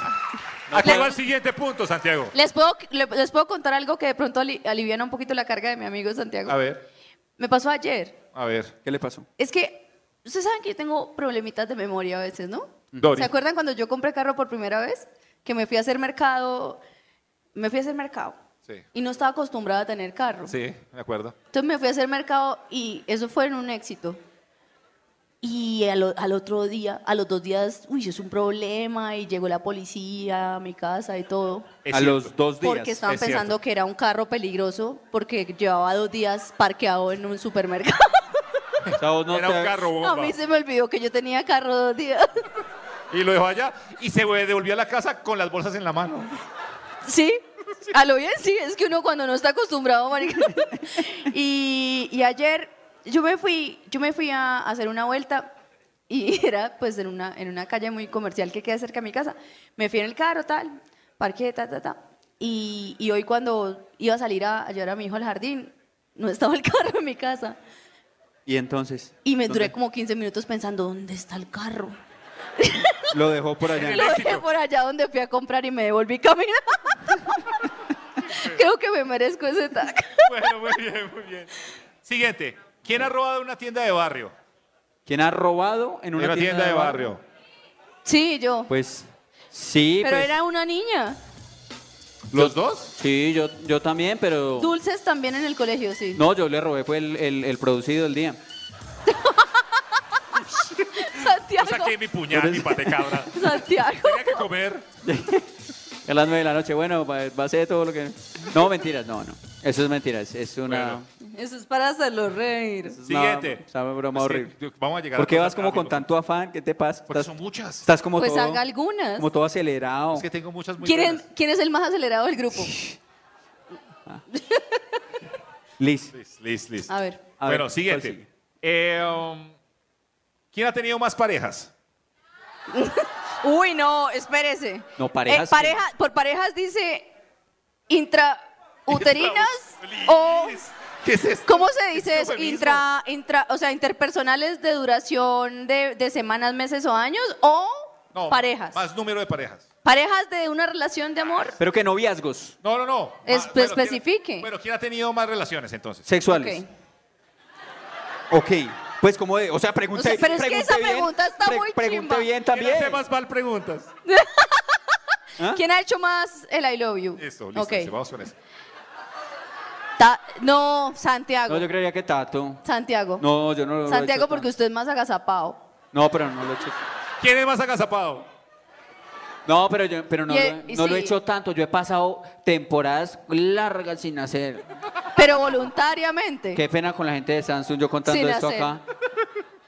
Speaker 6: Aquí va el siguiente punto, Santiago.
Speaker 3: les puedo, le- les puedo contar algo que de pronto ali- aliviana un poquito la carga de mi amigo Santiago.
Speaker 5: A ver,
Speaker 3: Me pasó ayer.
Speaker 5: a ver.
Speaker 4: ¿Qué le pasó?
Speaker 3: Es que ustedes saben que yo tengo problemitas de memoria a veces, ¿no?
Speaker 5: Mm. Dori.
Speaker 3: ¿Se acuerdan cuando yo compré carro por primera vez? Que me fui a hacer mercado. Me fui a hacer mercado.
Speaker 5: Sí.
Speaker 3: Y no estaba acostumbrada a tener carro.
Speaker 5: Sí, me acuerdo.
Speaker 3: Entonces me fui a hacer mercado y eso fue en un éxito. Y al, al otro día, a los dos días, uy, es un problema y llegó la policía a mi casa y todo.
Speaker 5: Es
Speaker 4: a
Speaker 5: cierto.
Speaker 4: los dos días.
Speaker 3: Porque estaban
Speaker 5: es cierto.
Speaker 3: pensando que era un carro peligroso porque llevaba dos días parqueado en un supermercado.
Speaker 4: O sea, vos no
Speaker 6: Era
Speaker 4: te-
Speaker 6: un carro
Speaker 3: A
Speaker 6: bomba.
Speaker 3: mí se me olvidó que yo tenía carro dos días.
Speaker 5: Y lo dejó allá y se devolvió a la casa con las bolsas en la mano.
Speaker 3: Sí, a lo bien sí, es que uno cuando no está acostumbrado, marica. Y, y ayer yo me fui, yo me fui a hacer una vuelta y era pues en una, en una calle muy comercial que queda cerca de mi casa. Me fui en el carro, tal, parque, ta, ta, ta. Y, y hoy cuando iba a salir a, a llevar a mi hijo al jardín, no estaba el carro en mi casa.
Speaker 4: Y entonces.
Speaker 3: Y me duré
Speaker 4: ¿dónde?
Speaker 3: como 15 minutos pensando, ¿dónde está el carro?
Speaker 4: Lo dejó por allá.
Speaker 3: Lo dejé por allá donde fui a comprar y me devolví caminando. Creo que me merezco ese tag.
Speaker 6: Bueno, muy bien, muy bien. Siguiente. ¿Quién ha robado una tienda de barrio?
Speaker 4: ¿Quién ha robado en una,
Speaker 5: Una, tienda, de barrio.
Speaker 3: Sí, yo.
Speaker 4: Pues sí.
Speaker 3: pero
Speaker 4: pues,
Speaker 3: era una niña.
Speaker 5: ¿Los dos?
Speaker 4: Sí, yo, yo también, pero.
Speaker 3: Dulces también en el colegio, sí.
Speaker 4: No, yo le robé, fue el, el- el producido del día.
Speaker 6: Yo
Speaker 3: Santiago.
Speaker 6: saqué mi puñal, mi patecabra.
Speaker 3: Santiago.
Speaker 6: Tenía que comer.
Speaker 4: A las nueve de la noche, bueno, va va a ser todo lo que. No, mentiras, no, no. Eso es mentiras. Es una.
Speaker 6: Bueno.
Speaker 3: Eso es para hacerlo reír.
Speaker 4: es una-
Speaker 6: Siguiente.
Speaker 4: esa broma
Speaker 6: Es que
Speaker 4: horrible.
Speaker 6: yo- Vamos a llegar
Speaker 4: ¿Por
Speaker 6: a
Speaker 4: qué
Speaker 6: cosas
Speaker 4: vas como con
Speaker 6: rápido.
Speaker 4: tanto afán? ¿Qué te pasa?
Speaker 5: Porque
Speaker 4: Estás,
Speaker 5: son muchas.
Speaker 4: estás como
Speaker 3: Pues
Speaker 4: todo.
Speaker 3: haga algunas.
Speaker 4: Como todo acelerado.
Speaker 5: Es que tengo muchas muy
Speaker 3: ¿Quién es,
Speaker 5: buenas.
Speaker 3: quién es el más acelerado del grupo?
Speaker 4: Liz.
Speaker 6: Liz, Liz, Liz.
Speaker 3: A ver.
Speaker 4: A ver,
Speaker 6: bueno,
Speaker 4: ¿cuál
Speaker 6: siguiente.
Speaker 4: sigue?
Speaker 6: Eh, um, ¿Quién ha tenido más parejas?
Speaker 3: Uy, no, espérese. Eh,
Speaker 4: No, parejas,
Speaker 3: pareja- por parejas dice intrauterinas
Speaker 6: Liz.
Speaker 3: o...
Speaker 5: ¿Qué es esto?
Speaker 3: ¿Cómo se dice
Speaker 5: Es
Speaker 3: eso?
Speaker 5: eufemismo.
Speaker 3: Intra, intra, o sea, interpersonales de duración de, de semanas, meses o años o
Speaker 5: No,
Speaker 3: parejas.
Speaker 5: Más número de parejas.
Speaker 3: Parejas de una relación de amor.
Speaker 4: Pero que noviazgos
Speaker 5: No, no, no.
Speaker 3: Es-
Speaker 5: Ma-
Speaker 3: pues,
Speaker 5: ¿quién-
Speaker 3: especifique.
Speaker 5: bueno, ¿quién ha tenido más relaciones entonces?
Speaker 4: sexuales.
Speaker 3: Ok.
Speaker 4: Ok. Pues como de, o sea, pregunta
Speaker 3: O sea, pero es que
Speaker 4: pregunte
Speaker 3: esa
Speaker 4: bien,
Speaker 3: pregunta está muy
Speaker 4: Pregunte
Speaker 3: chimba.
Speaker 4: bien
Speaker 6: ¿Quién
Speaker 4: también.
Speaker 6: hace más mal preguntas?
Speaker 4: ¿Ah?
Speaker 3: ¿Quién ha hecho más el I love you?
Speaker 5: Listo, listo.
Speaker 3: Ok.
Speaker 5: listo, Vamos con eso.
Speaker 3: Ta- no, Santiago.
Speaker 4: No, yo creería que Tato.
Speaker 3: Santiago.
Speaker 4: No, yo no lo he
Speaker 3: Santiago,
Speaker 4: hecho
Speaker 3: porque
Speaker 4: tanto.
Speaker 3: usted es más agazapado.
Speaker 4: No, pero no lo he hecho.
Speaker 6: ¿Quién es más agazapado?
Speaker 4: No, pero, yo, pero no,
Speaker 3: Y- e-
Speaker 4: lo, he-
Speaker 3: y
Speaker 4: no lo he
Speaker 3: sí.
Speaker 4: hecho tanto. Yo he pasado temporadas largas sin hacer.
Speaker 3: Pero voluntariamente.
Speaker 4: Qué pena con la gente de Samsung, yo contando
Speaker 3: Sin
Speaker 4: esto
Speaker 3: hacer.
Speaker 4: acá.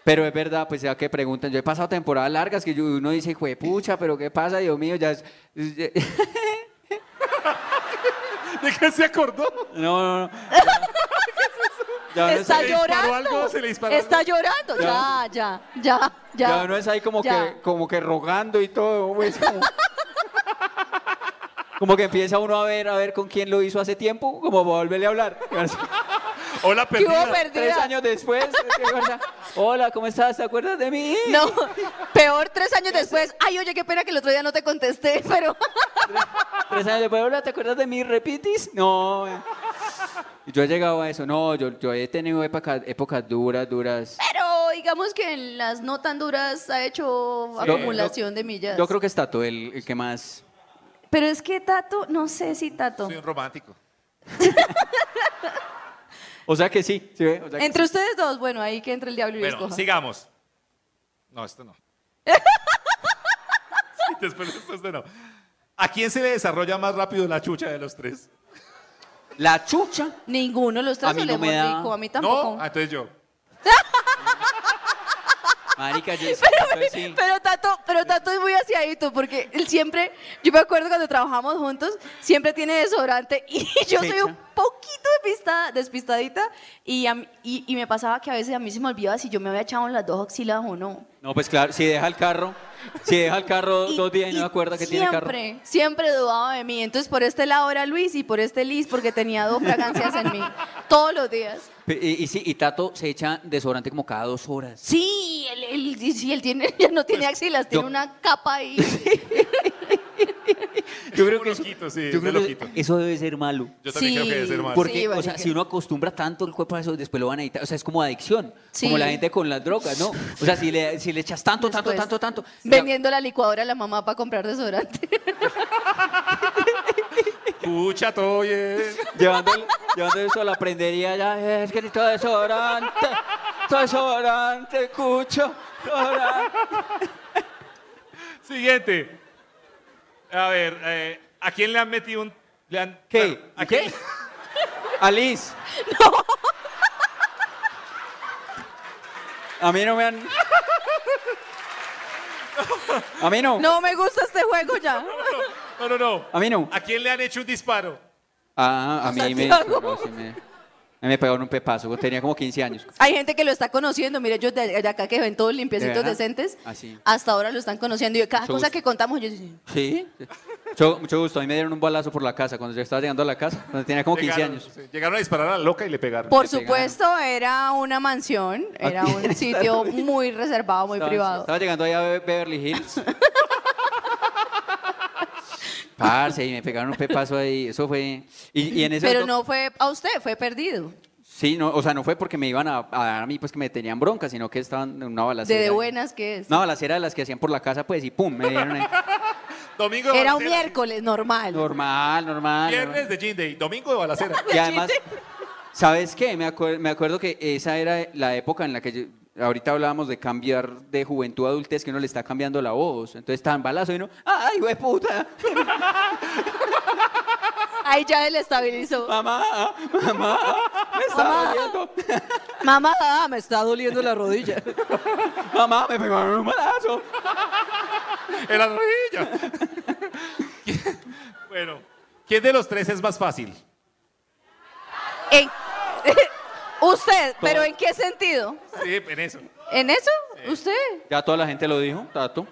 Speaker 4: Pero es verdad, pues ya que preguntan, yo he pasado temporadas largas que yo- uno dice, pucha, pero ¿qué pasa? Dios mío, ya es... es-
Speaker 6: ¿De qué se acordó?
Speaker 4: No, no, no. Ya, ya no es-
Speaker 3: Está
Speaker 6: ¿Se le disparó
Speaker 3: llorando.
Speaker 6: algo? ¿Se le disparó
Speaker 3: Está
Speaker 6: algo?
Speaker 3: llorando. Ya, ya, ya, ya.
Speaker 4: ya no es ahí como
Speaker 3: Ya.
Speaker 4: que, como que rogando y todo. pues, como... como que empieza uno a ver, a ver con quién lo hizo hace tiempo, como para volverle a hablar.
Speaker 6: Hola,
Speaker 3: ¿Qué hubo,
Speaker 6: perdida.
Speaker 3: perdida?
Speaker 4: Tres años después, ¿te acuerdas? hola, ¿cómo estás? ¿Te acuerdas de mí?
Speaker 3: No, peor tres años después. Ay, oye, qué pena que el otro día no te contesté, pero.
Speaker 4: Tres años después, hola, ¿te acuerdas de mí? ¿Repitis? No. eh. Yo he llegado a eso. No, yo, yo he tenido épocas, épocas duras, duras.
Speaker 3: Pero digamos que en las no tan duras ha hecho
Speaker 4: Yo-
Speaker 3: acumulación de millas.
Speaker 4: Yo creo que es Tato el, el que más...
Speaker 3: Pero es que Tato, no sé si Tato.
Speaker 5: Soy un romántico.
Speaker 4: O sea que sí. ¿sí ve? O sea que-
Speaker 3: Entre ustedes dos, bueno, ahí que entre el diablo y la
Speaker 6: Bueno,
Speaker 3: escoja.
Speaker 6: sigamos.
Speaker 5: No, esto no.
Speaker 6: Después de esto, este no. ¿A quién se le desarrolla más rápido la chucha de los tres?
Speaker 4: La chucha.
Speaker 3: Ninguno de los tres
Speaker 4: A mí no
Speaker 3: olemos
Speaker 4: me da-
Speaker 3: rico, a mí tampoco.
Speaker 6: No, Ah, entonces yo.
Speaker 4: Marica, yo
Speaker 3: Pero,
Speaker 4: sí.
Speaker 3: pero Tato, pero Tato es muy asiadito porque él siempre, yo me acuerdo cuando trabajamos juntos, siempre tiene desodorante y yo soy un poquito despistada, despistadita y, a mí- y, y me pasaba que a veces a mí se me olvidaba si yo me había echado en las dos axilas o no.
Speaker 4: No, pues claro, si deja el carro, si deja el carro
Speaker 3: Y-
Speaker 4: dos días y no
Speaker 3: y
Speaker 4: se acuerda que tiene carro.
Speaker 3: Siempre, siempre dudaba de mí. Entonces por este lado era Luis y por este Liz porque tenía dos fragancias en mí todos los días.
Speaker 4: Pe- Y, y sí, y Tato se echa desodorante como cada dos horas.
Speaker 3: Sí, él, él- y sí, él tiene, ya no tiene axilas, tiene
Speaker 4: Pues yo-
Speaker 3: una capa ahí.
Speaker 4: Yo creo
Speaker 6: como loquito, sí,
Speaker 4: yo
Speaker 6: es de
Speaker 4: creo que
Speaker 6: loquito.
Speaker 4: eso debe ser malo.
Speaker 6: Yo también creo que debe ser malo.
Speaker 4: Porque,
Speaker 3: Sí,
Speaker 4: o sea,
Speaker 3: marica.
Speaker 4: si uno acostumbra tanto el cuerpo a eso, después lo van a editar. O sea, es como adicción.
Speaker 3: Sí.
Speaker 4: Como la gente con las drogas, ¿no? O sea, si le, si le echas tanto, tanto,
Speaker 3: Después,
Speaker 4: tanto, tanto. ya-
Speaker 3: Vendiendo la licuadora a la mamá para comprar desodorante.
Speaker 6: Escucha, todo bien.
Speaker 4: Llevando, llevando eso a la prendería, ya es que necesito desodorante, desodorante, cucho, desodorante.
Speaker 6: Siguiente. A ver, eh, ¿a quién le han metido un... le han-
Speaker 4: ¿Qué?
Speaker 6: bueno, ¿A
Speaker 4: ¿Qué?
Speaker 6: quién?
Speaker 4: Alice. A mí no me han. A mí no.
Speaker 3: No me gusta este juego ya.
Speaker 6: No, no, no.
Speaker 4: A mí no.
Speaker 6: ¿A quién le han hecho un disparo?
Speaker 4: Ah, a mí me.
Speaker 3: Santiago.
Speaker 4: no, sí me, a mí me pegaron un pepazo. Tenía como 15 años.
Speaker 3: Hay gente que lo está conociendo. Mire, yo de, de acá que ven todos limpiecitos
Speaker 4: verdad?
Speaker 3: decentes,
Speaker 4: Ah, sí.
Speaker 3: hasta ahora lo están conociendo. Y de cada
Speaker 4: Mucho
Speaker 3: cosa
Speaker 4: gusto.
Speaker 3: que contamos, yo digo,
Speaker 4: Sí. Mucho, mucho gusto. A mí me dieron un balazo por la casa cuando yo estaba llegando a la casa. Cuando tenía como 15
Speaker 6: Llegaron,
Speaker 4: años.
Speaker 6: sí, Llegaron a disparar a la loca y le pegaron.
Speaker 3: Por
Speaker 4: pegaron.
Speaker 3: supuesto, era una mansión, era
Speaker 4: Aquí
Speaker 3: un
Speaker 4: Ah, está.
Speaker 3: sitio muy reservado, muy
Speaker 4: Estaba-
Speaker 3: privado.
Speaker 4: Estaba llegando allá a Be- Beverly Hills. Parce, y me pegaron un pepazo ahí. Eso fue. Y, y en ese
Speaker 3: Pero
Speaker 4: auto-
Speaker 3: no fue a usted, fue perdido.
Speaker 4: Sí, no, o sea, no fue porque me iban a, a dar a mí, pues que me tenían bronca, sino que estaban en una balacera.
Speaker 3: De, de buenas que es.
Speaker 4: Una balacera de las que hacían por la casa, pues, y pum, me dieron ahí.
Speaker 6: Domingo de
Speaker 3: Era un
Speaker 6: balacera.
Speaker 3: miércoles normal.
Speaker 4: Normal, normal.
Speaker 6: Viernes de Jean Day, domingo de balacera.
Speaker 4: Y además, ¿sabes qué? Me, acuer- me acuerdo que esa era la época en la que yo- ahorita hablábamos de cambiar de juventud a adultez, que uno le está cambiando la voz. Entonces tan balazo y uno, ¡ay, güey, puta!
Speaker 3: Ahí ya él estabilizó.
Speaker 4: ¡Mamá! ¡Mamá! ¡Me está
Speaker 3: Mamá.
Speaker 4: doliendo!
Speaker 3: Mamá, ah, me está doliendo la rodilla.
Speaker 4: ¡Mamá, me pegaron un balazo!
Speaker 6: En la rodilla. bueno, ¿quién de los tres es más fácil?
Speaker 3: En- usted, pero ¿en qué sentido?
Speaker 6: Sí, en eso.
Speaker 3: ¿En eso? ¿Usted?
Speaker 4: Ya toda la gente lo dijo, Tato.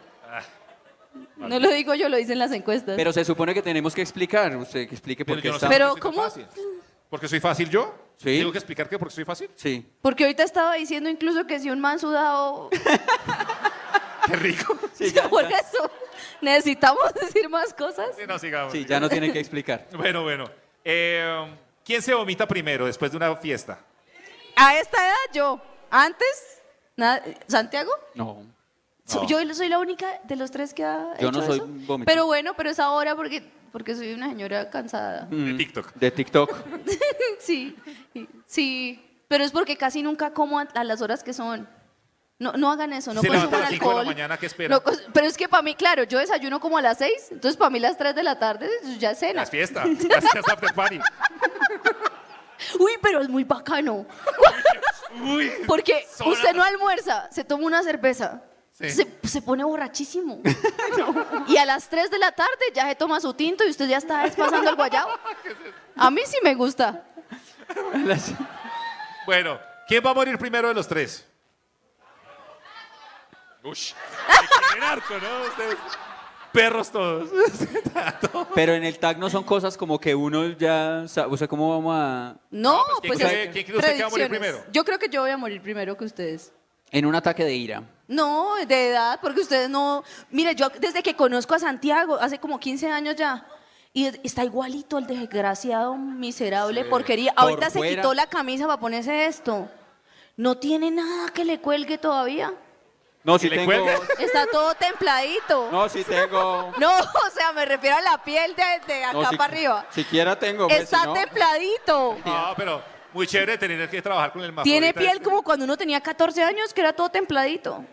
Speaker 3: No lo digo yo, lo dicen las encuestas.
Speaker 4: Pero se supone que tenemos que explicar. Usted que explique por
Speaker 6: Pero
Speaker 4: qué
Speaker 6: yo no
Speaker 4: está...
Speaker 6: sé.
Speaker 3: Pero
Speaker 6: Porque soy
Speaker 3: ¿cómo?
Speaker 6: fácil. ¿Porque soy fácil yo?
Speaker 4: Sí.
Speaker 6: ¿Tengo que explicar que porque soy fácil?
Speaker 4: Sí.
Speaker 3: Porque ahorita estaba diciendo incluso que si un man sudado...
Speaker 6: Qué rico.
Speaker 3: Por eso, necesitamos decir más cosas.
Speaker 6: Sí, no, sigamos.
Speaker 4: Sí, ya no tiene que explicar.
Speaker 6: Bueno, bueno. Eh, ¿Quién se vomita primero después de una fiesta?
Speaker 3: A esta edad yo, antes, nada- ¿Santiago?
Speaker 4: No.
Speaker 3: So- Yo soy la única de los tres que ha
Speaker 4: Yo
Speaker 3: hecho
Speaker 4: no soy
Speaker 3: eso.
Speaker 4: un vómito.
Speaker 3: Pero bueno, pero es ahora porque, porque soy una señora cansada.
Speaker 4: Mm.
Speaker 6: De TikTok.
Speaker 4: De TikTok.
Speaker 3: Sí, y- sí. Pero es porque casi nunca como a, a las horas que son. No, no hagan eso, no
Speaker 6: Se levanta
Speaker 3: consuman
Speaker 6: a las cinco de la
Speaker 3: alcohol.
Speaker 6: mañana, ¿qué espera?
Speaker 3: No cons- pero es que para mí, claro, yo desayuno como a las seis, entonces para mí las tres de la tarde ya es cena.
Speaker 6: Las fiestas. Las fiestas after party.
Speaker 3: Uy, pero es muy bacano.
Speaker 6: Uy.
Speaker 3: Porque
Speaker 6: Zona-
Speaker 3: usted no almuerza, se toma una cerveza,
Speaker 6: Sí.
Speaker 3: se, se pone borrachísimo. Y a las 3 de la tarde ya se toma su tinto y usted ya está es pasando el guayabo. A mí sí me gusta.
Speaker 6: Bueno, ¿quién va a morir primero de los tres? Ush. Qué harto, ¿no? Ustedes, perros todos.
Speaker 4: Pero en el tag no son cosas como que uno ya... sa- O sea, ¿cómo vamos a...?
Speaker 3: No,
Speaker 6: ¿quién
Speaker 3: pues,
Speaker 6: cree-
Speaker 3: es-
Speaker 6: quién cree usted que va a morir
Speaker 3: predicciones.
Speaker 6: primero?
Speaker 3: Yo creo que yo voy a morir primero que ustedes.
Speaker 4: En un ataque de ira.
Speaker 3: No, de edad, porque ustedes no. Mire, yo desde que conozco a Santiago, hace como 15 años ya, y es- está igualito el desgraciado, miserable, porquería.
Speaker 4: Por
Speaker 3: Ahorita se
Speaker 4: fuera.
Speaker 3: quitó la camisa para ponerse esto. No tiene nada que le cuelgue todavía.
Speaker 4: No, si
Speaker 6: le
Speaker 4: tengo...
Speaker 6: cuelgue?
Speaker 3: Está todo templadito. No.
Speaker 4: No, si tengo...
Speaker 3: o sea, me refiero a la piel de, de acá
Speaker 4: No, si-
Speaker 3: para arriba.
Speaker 4: Siquiera tengo. pues,
Speaker 3: Está
Speaker 4: si no-
Speaker 3: templadito.
Speaker 6: No, pero muy chévere tener que trabajar con el mapa.
Speaker 3: Tiene
Speaker 6: Ahorita
Speaker 3: piel
Speaker 6: es-
Speaker 3: como cuando uno tenía 14 años, que era todo templadito.
Speaker 6: Muy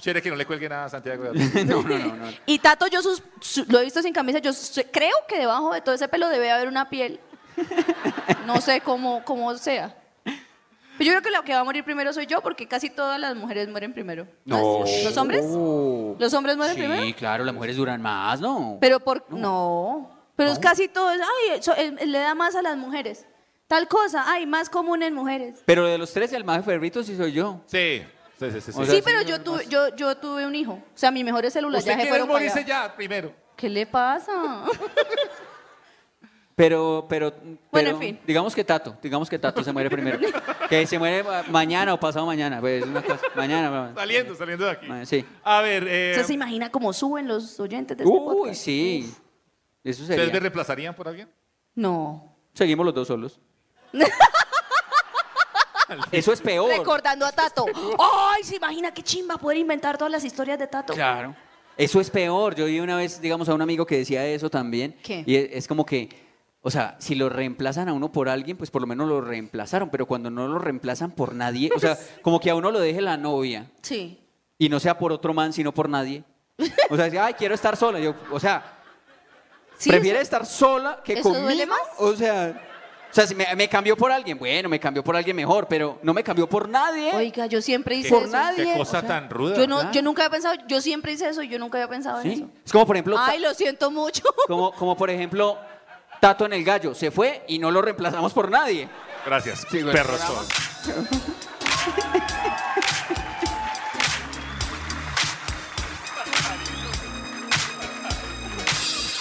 Speaker 6: chévere que no le cuelgue nada a Santiago.
Speaker 4: No, no, no, no.
Speaker 3: Y Tato, yo sus- su- lo he visto sin camisa, yo sé- creo que debajo de todo ese pelo debe haber una piel. No sé cómo, cómo sea. Pero yo creo que la que va a morir primero soy yo, porque casi todas las mujeres mueren primero.
Speaker 4: No.
Speaker 3: ¿Los hombres? ¿Los hombres mueren
Speaker 4: Uh. sí,
Speaker 3: primero?
Speaker 4: claro, las mujeres duran más, ¿no?
Speaker 3: Pero por... No. Pero es casi todo. es, Ay, eso, eh, le da más a las mujeres. Tal cosa. Ay, más común en mujeres.
Speaker 4: Pero de los tres, el más ferrito sí soy yo.
Speaker 6: Sí. Sí, sí, sí. sí.
Speaker 4: O sea,
Speaker 3: sí, pero
Speaker 4: sí,
Speaker 3: yo,
Speaker 4: no,
Speaker 3: tuve, yo, yo tuve un hijo. O sea, mis mejores
Speaker 6: Usted
Speaker 3: celulares
Speaker 6: quiere
Speaker 3: fueron para
Speaker 6: morirse
Speaker 3: allá.
Speaker 6: ya primero.
Speaker 3: ¿Qué le pasa?
Speaker 4: Pero, pero,
Speaker 3: Bueno,
Speaker 4: pero
Speaker 3: en fin.
Speaker 4: digamos que Tato, digamos que Tato se muere primero. que se muere ma- mañana o pasado mañana, pues una cosa. Mañana, ma-
Speaker 6: Saliendo, saliendo de aquí.
Speaker 4: ma- sí.
Speaker 6: A ver, eh,
Speaker 3: ¿Usted se imagina cómo suben los oyentes de este
Speaker 4: Em, Uy,
Speaker 3: podcast?
Speaker 4: sí. Eso
Speaker 6: ¿ustedes me
Speaker 4: sería.
Speaker 6: reemplazarían por alguien?
Speaker 3: No.
Speaker 4: Seguimos los dos solos. Eso es peor.
Speaker 3: Recordando a Tato. ¡Ay! ¿Se imagina qué chimba poder inventar todas las historias de Tato?
Speaker 4: Claro. Eso es peor. Yo vi una vez, digamos, a un amigo que decía eso también.
Speaker 3: ¿Qué?
Speaker 4: Y e- es como que, o sea, si lo reemplazan a uno por alguien, pues por lo menos lo reemplazaron. Pero cuando no lo reemplazan por nadie, o sea, como que a uno lo deje la novia
Speaker 3: Sí.
Speaker 4: y no sea por otro man, sino por nadie. O sea, dice, ay, quiero estar sola. Yo, o sea,
Speaker 3: Sí,
Speaker 4: prefiere
Speaker 3: eso-
Speaker 4: estar sola que
Speaker 3: ¿Eso
Speaker 4: conmigo.
Speaker 3: duele más?
Speaker 4: O sea, o sea, si me, me cambió por alguien, bueno, me cambió por alguien mejor, pero no me cambió por nadie.
Speaker 3: Oiga, yo siempre hice
Speaker 4: por
Speaker 3: eso.
Speaker 4: nadie.
Speaker 6: Qué cosa
Speaker 4: o sea,
Speaker 6: tan ruda.
Speaker 3: Yo, no,
Speaker 4: Claro.
Speaker 3: yo nunca he pensado, yo siempre hice eso y yo nunca había pensado en
Speaker 4: sí.
Speaker 3: eso.
Speaker 4: Es como, por ejemplo, ta-
Speaker 3: Ay, lo siento mucho.
Speaker 4: como, como, por ejemplo, Tato en el Gallo se fue y no lo reemplazamos por nadie.
Speaker 6: Gracias,
Speaker 4: Sí, bueno,
Speaker 6: perro
Speaker 4: bravo.
Speaker 6: sol.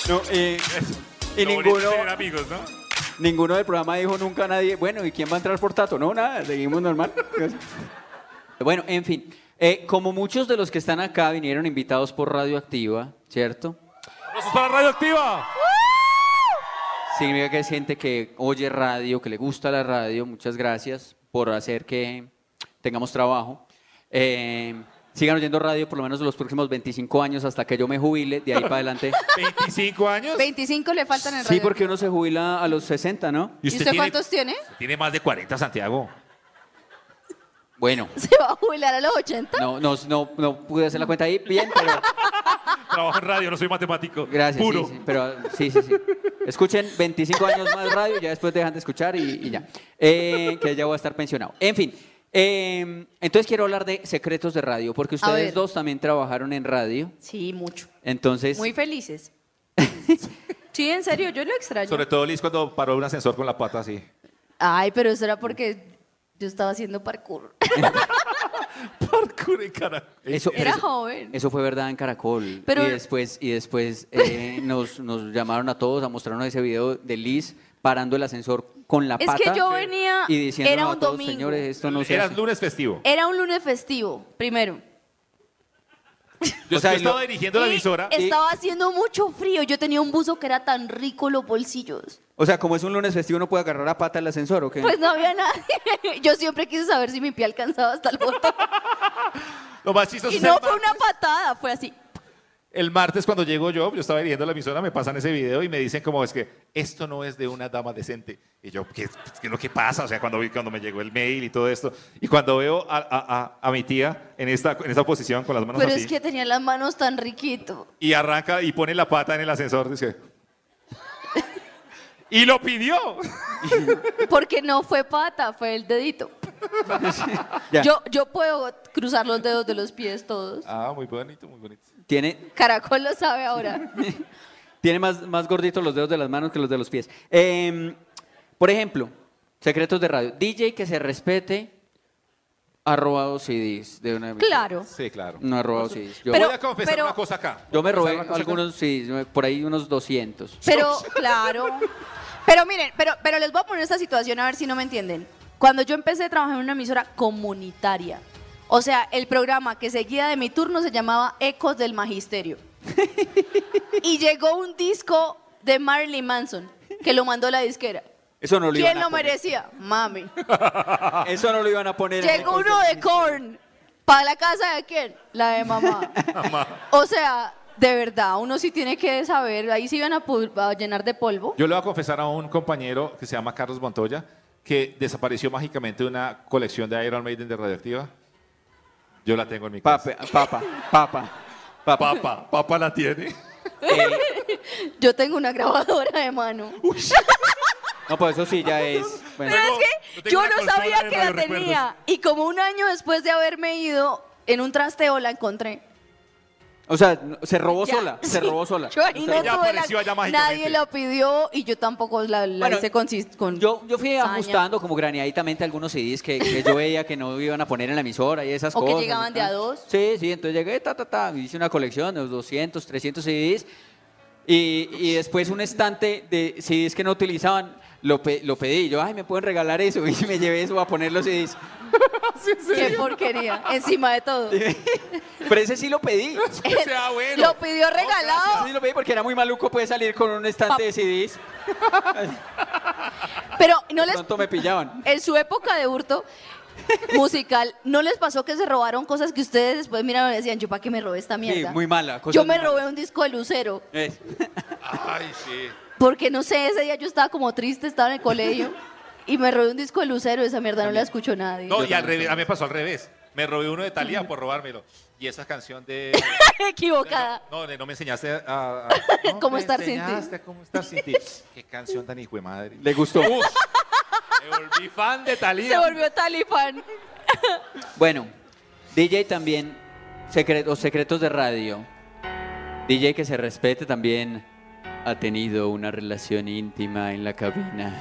Speaker 4: No, y, y
Speaker 6: Lo bonito es
Speaker 4: ninguno,
Speaker 6: tener amigos, ¿no?
Speaker 4: ninguno del programa dijo nunca a nadie, bueno, ¿y quién va a entrar por Tato? No, nada, seguimos normal. bueno, en fin, eh, como muchos de los que están acá vinieron invitados por Radioactiva, ¿cierto?
Speaker 6: ¡Aplausos para Radioactiva!
Speaker 4: Significa que es gente que oye radio, que le gusta la radio. Muchas gracias por hacer que tengamos trabajo. Eh, sigan oyendo radio por lo menos los próximos 25 años hasta que yo me jubile, de ahí para adelante.
Speaker 6: 25 años.
Speaker 3: 25 le faltan en
Speaker 4: Sí,
Speaker 3: radio.
Speaker 4: porque uno se jubila a los 60, ¿no?
Speaker 3: ¿Y usted, cuántos tiene?
Speaker 6: Tiene más de 40, Santiago.
Speaker 4: Bueno,
Speaker 3: ¿Se va a jubilar a los 80?
Speaker 4: no, no, no, no pude hacer la cuenta ahí bien, pero
Speaker 6: Trabajo en radio, no soy matemático.
Speaker 4: gracias.
Speaker 6: Puro.
Speaker 4: Sí, sí, pero sí, sí, sí. Escuchen 25 años más radio, ya después dejan de escuchar y, y ya. Eh, que ya voy a estar pensionado. En fin. eh, entonces quiero hablar de secretos de radio, porque ustedes
Speaker 3: ver.
Speaker 4: dos también trabajaron en radio.
Speaker 3: Sí, mucho.
Speaker 4: Entonces,
Speaker 3: Muy felices. sí, en serio, yo lo extraño.
Speaker 5: Sobre todo Liz cuando paró un ascensor con la pata así.
Speaker 3: Ay, pero eso era porque yo estaba haciendo parkour.
Speaker 6: Parkour en cara.
Speaker 4: eso,
Speaker 3: Era
Speaker 4: eso-
Speaker 3: joven.
Speaker 4: Eso fue verdad en Caracol.
Speaker 3: Pero-
Speaker 4: y después, y después eh, nos, nos llamaron a todos a mostrarnos ese video de Liz parando el ascensor con la
Speaker 3: Es que
Speaker 4: pata.
Speaker 3: yo venía-
Speaker 4: y diciéndonos
Speaker 3: era un
Speaker 4: a todos,
Speaker 3: domingo.
Speaker 4: Señores, esto no se
Speaker 5: Era
Speaker 4: hace".
Speaker 5: lunes festivo.
Speaker 3: Era un lunes festivo, primero.
Speaker 6: Yo
Speaker 4: O sea,
Speaker 6: yo
Speaker 4: y lo-
Speaker 6: estaba dirigiendo la
Speaker 3: Y
Speaker 6: emisora.
Speaker 3: Estaba haciendo mucho frío. Yo tenía un buzo que era tan rico los bolsillos.
Speaker 4: O sea, como es un lunes festivo, no puede agarrar a pata el ascensor, ¿o qué?
Speaker 3: Pues no había nadie. Yo siempre quise saber si mi pie alcanzaba hasta el botón.
Speaker 6: Lo más chistoso
Speaker 3: Y
Speaker 6: es el
Speaker 3: no fue
Speaker 6: martes.
Speaker 3: una patada, fue así.
Speaker 6: El martes cuando llego yo, yo estaba dirigiendo la emisora, me pasan ese video y me dicen como es que esto no es de una dama decente. Y yo, ¿qué, qué es lo que pasa? O sea, cuando, vi- cuando me llegó el mail y todo esto. Y cuando veo a, a- a- a mi tía en esta, en esta posición con las manos
Speaker 3: Pero
Speaker 6: así
Speaker 3: es que tenía las manos tan riquito.
Speaker 6: y arranca y pone la pata en el ascensor, dice... y lo pidió.
Speaker 3: Porque no fue pata, fue el dedito.
Speaker 4: Ya.
Speaker 3: Yo, yo puedo cruzar los dedos de los pies todos.
Speaker 6: Ah, muy bonito, muy bonito.
Speaker 4: Tiene,
Speaker 3: Caracol lo sabe ahora.
Speaker 4: tiene más, más gorditos los dedos de las manos que los de los pies. Eh, por ejemplo, secretos de radio. DJ que se respete ha robado CDs de una emisora.
Speaker 3: Claro.
Speaker 5: Sí, claro.
Speaker 4: No ha robado CDs. Yo,
Speaker 3: Pero-
Speaker 6: Voy a confesar
Speaker 3: pero-
Speaker 6: una cosa acá.
Speaker 4: yo me robé
Speaker 6: Confesar una cosa acá.
Speaker 4: algunos, sí, por ahí unos 200.
Speaker 3: Pero, claro. Pero miren, pero, pero les voy a poner esta situación a ver si no me entienden. Cuando yo empecé a trabajar en una emisora comunitaria, o sea, el programa que seguía de mi turno se llamaba Ecos del Magisterio. Y llegó un disco de Marilyn Manson que lo mandó la disquera.
Speaker 4: Eso no lo
Speaker 3: ¿Quién
Speaker 4: iban a
Speaker 3: lo
Speaker 4: poner.
Speaker 3: merecía? Mami.
Speaker 4: Eso no lo iban a poner. en
Speaker 3: Llegó
Speaker 4: el-
Speaker 3: uno de Korn. ¿Para la casa de quién? La de mamá. O sea, de verdad, uno sí tiene que saber. Ahí sí iban a, pu- a llenar de polvo.
Speaker 5: Yo le voy a confesar a un compañero que se llama Carlos Montoya que desapareció mágicamente de una colección de Iron Maiden de Radioactiva. Yo la tengo en mi casa.
Speaker 4: Papa, papa, papa, papa.
Speaker 6: Papa, papa la tiene.
Speaker 3: Yo tengo una grabadora de mano.
Speaker 4: No, pues eso sí ya es.
Speaker 3: Pero
Speaker 4: bueno.
Speaker 3: es
Speaker 6: yo
Speaker 3: que
Speaker 6: tengo
Speaker 3: yo
Speaker 6: una
Speaker 3: no
Speaker 6: consola
Speaker 3: sabía
Speaker 6: de
Speaker 3: que la
Speaker 6: radio
Speaker 3: tenía. Y como un año después de haberme ido, en un trasteo la encontré.
Speaker 4: O sea, no- se robó
Speaker 3: Ya,
Speaker 4: sola,
Speaker 3: sí.
Speaker 4: se robó sola.
Speaker 3: Yo ahí
Speaker 6: O sea,
Speaker 3: no
Speaker 6: ella
Speaker 3: tuve
Speaker 6: apareció allá
Speaker 3: la,
Speaker 6: mágicamente.
Speaker 3: nadie la pidió y yo tampoco la, la
Speaker 4: Bueno,
Speaker 3: hice con, sis- con
Speaker 4: Yo, yo fui
Speaker 3: saña.
Speaker 4: ajustando como graneaditamente algunos CDs que, que yo veía que no iban a poner en la emisora y esas
Speaker 3: O que
Speaker 4: cosas.
Speaker 3: llegaban de a dos.
Speaker 4: Sí, sí, entonces llegué, ta, ta, ta, hice una colección de unos 200, 300 CDs Y, y después un estante de CDs que no utilizaban, lo, pe- lo pedí. Yo, ay, ¿me pueden regalar eso? Y me llevé eso a poner los CDs.
Speaker 3: Qué porquería. Encima de todo.
Speaker 4: Pero ese sí lo pedí.
Speaker 6: sea bueno.
Speaker 3: Lo pidió regalado.
Speaker 4: Ese sí lo pedí porque era muy maluco puede salir con un estante de CDs.
Speaker 3: Pero no
Speaker 4: De
Speaker 3: les.
Speaker 4: pronto me pillaban.
Speaker 3: En su época de hurto musical, ¿no les pasó que se robaron cosas que ustedes después miraron y decían, yo para qué me robé esta mierda?
Speaker 4: muy mala, cosas
Speaker 3: Yo me
Speaker 4: muy
Speaker 3: robé un disco de Lucero.
Speaker 4: Es-
Speaker 6: Ay, sí.
Speaker 3: Porque no sé, ese día yo estaba como triste, estaba en el colegio y me robé un disco de Lucero, esa mierda no la escuchó nadie.
Speaker 6: No, y al revés, a mí me pasó al revés. Me robé uno de Talía por robármelo. Y esa canción de.
Speaker 3: Equivocada.
Speaker 6: No, de no me enseñaste a. a- no
Speaker 3: ¿Cómo
Speaker 6: me
Speaker 3: estar sin ti?
Speaker 6: enseñaste a ¿Cómo estar sin ti? Qué canción tan hijo de madre.
Speaker 4: Le gustó.
Speaker 6: Me volví fan de Talía.
Speaker 3: Se volvió talifán.
Speaker 4: Bueno, DJ también, secretos, secretos de radio. DJ que se respete también ha tenido una relación íntima en la cabina.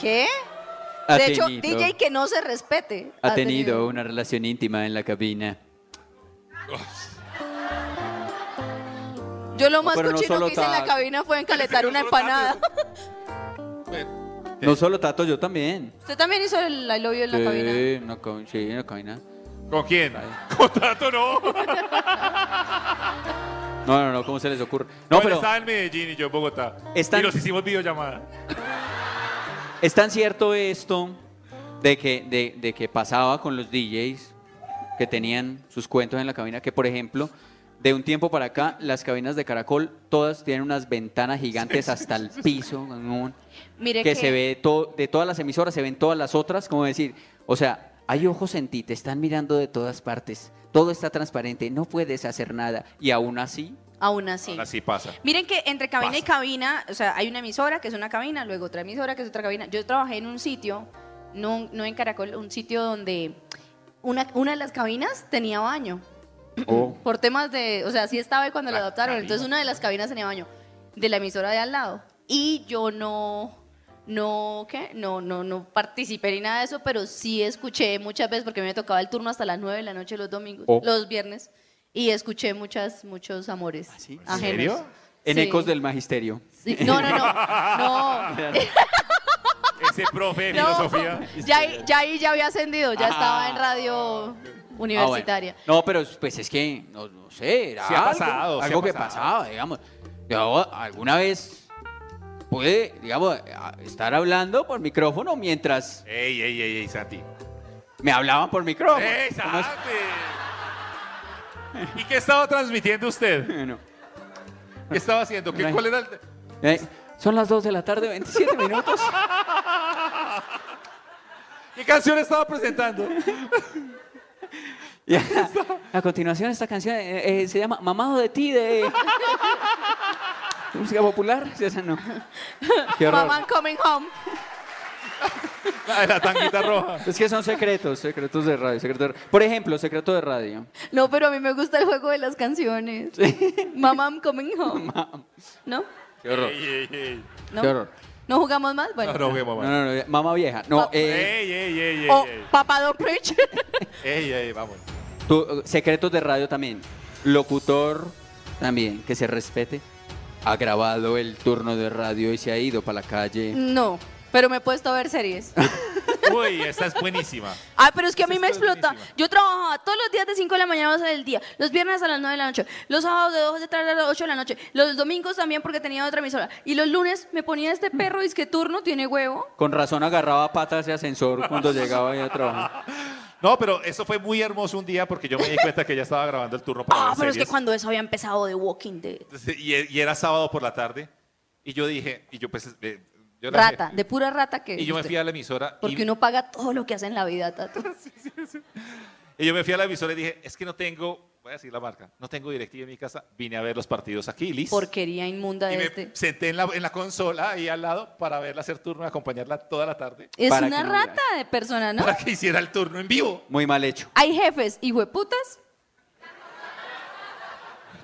Speaker 3: ¿Qué?
Speaker 4: Ha
Speaker 3: de hecho,
Speaker 4: tenido-
Speaker 3: DJ que no se respete.
Speaker 4: Ha tenido una relación íntima en la cabina.
Speaker 3: Yo lo más
Speaker 4: Pero no
Speaker 3: cochino
Speaker 4: solo
Speaker 3: que hice en la
Speaker 4: tal.
Speaker 3: cabina fue encaletar una empanada.
Speaker 4: No solo Tato, yo también.
Speaker 3: ¿Usted también hizo el I Love You en la
Speaker 4: Sí,
Speaker 3: cabina?
Speaker 4: en la cabina, sí, en la cabina.
Speaker 6: ¿Con quién? Contrato no.
Speaker 4: No, no, no, ¿cómo se les ocurre?
Speaker 6: No,
Speaker 4: No,
Speaker 6: pero
Speaker 4: pero
Speaker 6: estaba en Medellín y yo en Bogotá.
Speaker 4: Están-
Speaker 6: Y nos hicimos videollamada.
Speaker 4: es tan cierto esto de que, de, de que pasaba con los DJs que tenían sus cuentos en la cabina, que por ejemplo, de un tiempo para acá, las cabinas de Caracol todas tienen unas ventanas gigantes hasta el piso, weón,
Speaker 3: Mire
Speaker 4: que, se ve todo, de todas las emisoras, se ven todas las otras, como decir, o sea, hay ojos en ti, te están mirando de todas partes, todo está transparente, no puedes hacer nada, y aún así,
Speaker 3: Aún así.
Speaker 6: Así pasa.
Speaker 3: Miren que entre cabina y cabina, o sea, hay una emisora que es una cabina, luego otra emisora que es otra cabina. Yo trabajé en un sitio, no, no en Caracol, un sitio donde una, una de las cabinas tenía baño.
Speaker 4: Oh.
Speaker 3: Por temas de, o sea, sí estaba ahí cuando lo adaptaron, entonces una de las cabinas tenía baño, de la emisora de al lado. Y yo no, no, ¿qué? No, no, no participé ni nada de eso, pero sí escuché muchas veces, porque a mí me tocaba el turno hasta las 9 de la noche los domingos,
Speaker 4: Oh.
Speaker 3: los viernes, y escuché muchas, muchos amores
Speaker 4: ¿Ah, sí? ¿En
Speaker 3: ajenos.
Speaker 6: serio?
Speaker 4: en
Speaker 3: Sí.
Speaker 4: ecos del magisterio.
Speaker 3: Sí, No, no, no. No.
Speaker 6: Ese profe de
Speaker 3: No.
Speaker 6: filosofía.
Speaker 3: Ya, ahí- ya ahí ya había ascendido, ya estaba en radio
Speaker 4: Ah, bueno.
Speaker 3: universitaria.
Speaker 4: No, pero pues es que, no, no sé, era
Speaker 6: Sí ha
Speaker 4: algo,
Speaker 6: pasado, sí
Speaker 4: algo
Speaker 6: ha
Speaker 4: que
Speaker 6: pasado.
Speaker 4: pasaba, digamos. Yo alguna vez pude, digamos, a- estar hablando por micrófono mientras
Speaker 6: Ey, ey, ey, ey, Santi.
Speaker 4: me hablaban por micrófono.
Speaker 6: ¡Ey,
Speaker 4: ¿Cómo es?
Speaker 6: Santi! ¿Y qué estaba transmitiendo usted?
Speaker 4: Bueno,
Speaker 6: ¿Qué estaba haciendo? ¿Qué, ¿Cuál era el.?
Speaker 4: eh, son las 2 de la tarde, 27 minutos.
Speaker 6: ¿Qué canción estaba presentando?
Speaker 4: Y a, a continuación esta canción eh, eh, se llama Mamado de ti de... de música popular. Sí, esa no. Qué horror.
Speaker 3: Mamá coming home.
Speaker 6: La de la tanguita roja.
Speaker 4: Es que son secretos, secretos de radio, secretos de radio. Por ejemplo, secreto de radio.
Speaker 3: No, pero a mí me gusta el juego de las canciones. Mamá I'm coming home. ¿No?
Speaker 4: Qué horror.
Speaker 6: Ey, ey, ey.
Speaker 3: ¿No?
Speaker 4: Qué horror.
Speaker 3: ¿No jugamos más? Bueno.
Speaker 6: No, no, qué
Speaker 4: No,
Speaker 6: mamá.
Speaker 4: no, no, mamá vieja. No,
Speaker 3: Papá.
Speaker 4: eh,
Speaker 6: Ey, ey, ey, ey.
Speaker 3: O
Speaker 6: ey.
Speaker 3: Papá Don Preach.
Speaker 6: Ey, ey, vamos.
Speaker 4: tú, eh, secretos de radio también. Locutor también, que se respete. Ha grabado el turno de radio y se ha ido para la calle.
Speaker 3: No, pero me he puesto a ver series.
Speaker 6: Uy, esta es buenísima.
Speaker 3: Ah, pero es que a mí
Speaker 6: Esa
Speaker 3: me
Speaker 6: está
Speaker 3: explota.
Speaker 6: buenísima.
Speaker 3: Yo trabajaba todos los días de 5 de la mañana hasta el día, los viernes a las 9 de la noche, los sábados de 2 de tarde a las 8 de la noche, los domingos también porque tenía otra emisora. Y los lunes me ponía este perro disque turno, tiene huevo.
Speaker 4: Con razón agarraba patas de ascensor cuando llegaba ahí a trabajar.
Speaker 6: No, pero eso fue muy hermoso un día porque yo me di cuenta que ya estaba grabando el turno para
Speaker 3: Ah,
Speaker 6: ver
Speaker 3: pero es que
Speaker 6: series.
Speaker 3: cuando eso había empezado The Walking Dead.
Speaker 6: Entonces, Y, e- y era sábado por la tarde. Y yo dije, y yo pues. eh, yo la-
Speaker 3: Rata, de pura rata que.
Speaker 6: Y yo me fui a la emisora.
Speaker 3: Porque
Speaker 6: y,
Speaker 3: uno paga todo lo que hace en la vida, Tato.
Speaker 6: y yo me fui a la emisora y dije, es que no tengo, voy a decir la marca, no tengo directiva en mi casa, vine a ver los partidos aquí, listo.
Speaker 3: Porquería inmunda
Speaker 6: Y
Speaker 3: de
Speaker 6: me
Speaker 3: este.
Speaker 6: senté en la, en la consola ahí al lado para verla hacer turno, acompañarla toda la tarde,
Speaker 3: Es
Speaker 4: Para
Speaker 3: una
Speaker 4: que no
Speaker 3: rata de persona, ¿no?
Speaker 6: para que hiciera el turno en vivo.
Speaker 4: Muy mal hecho.
Speaker 3: Hay jefes y hueputas.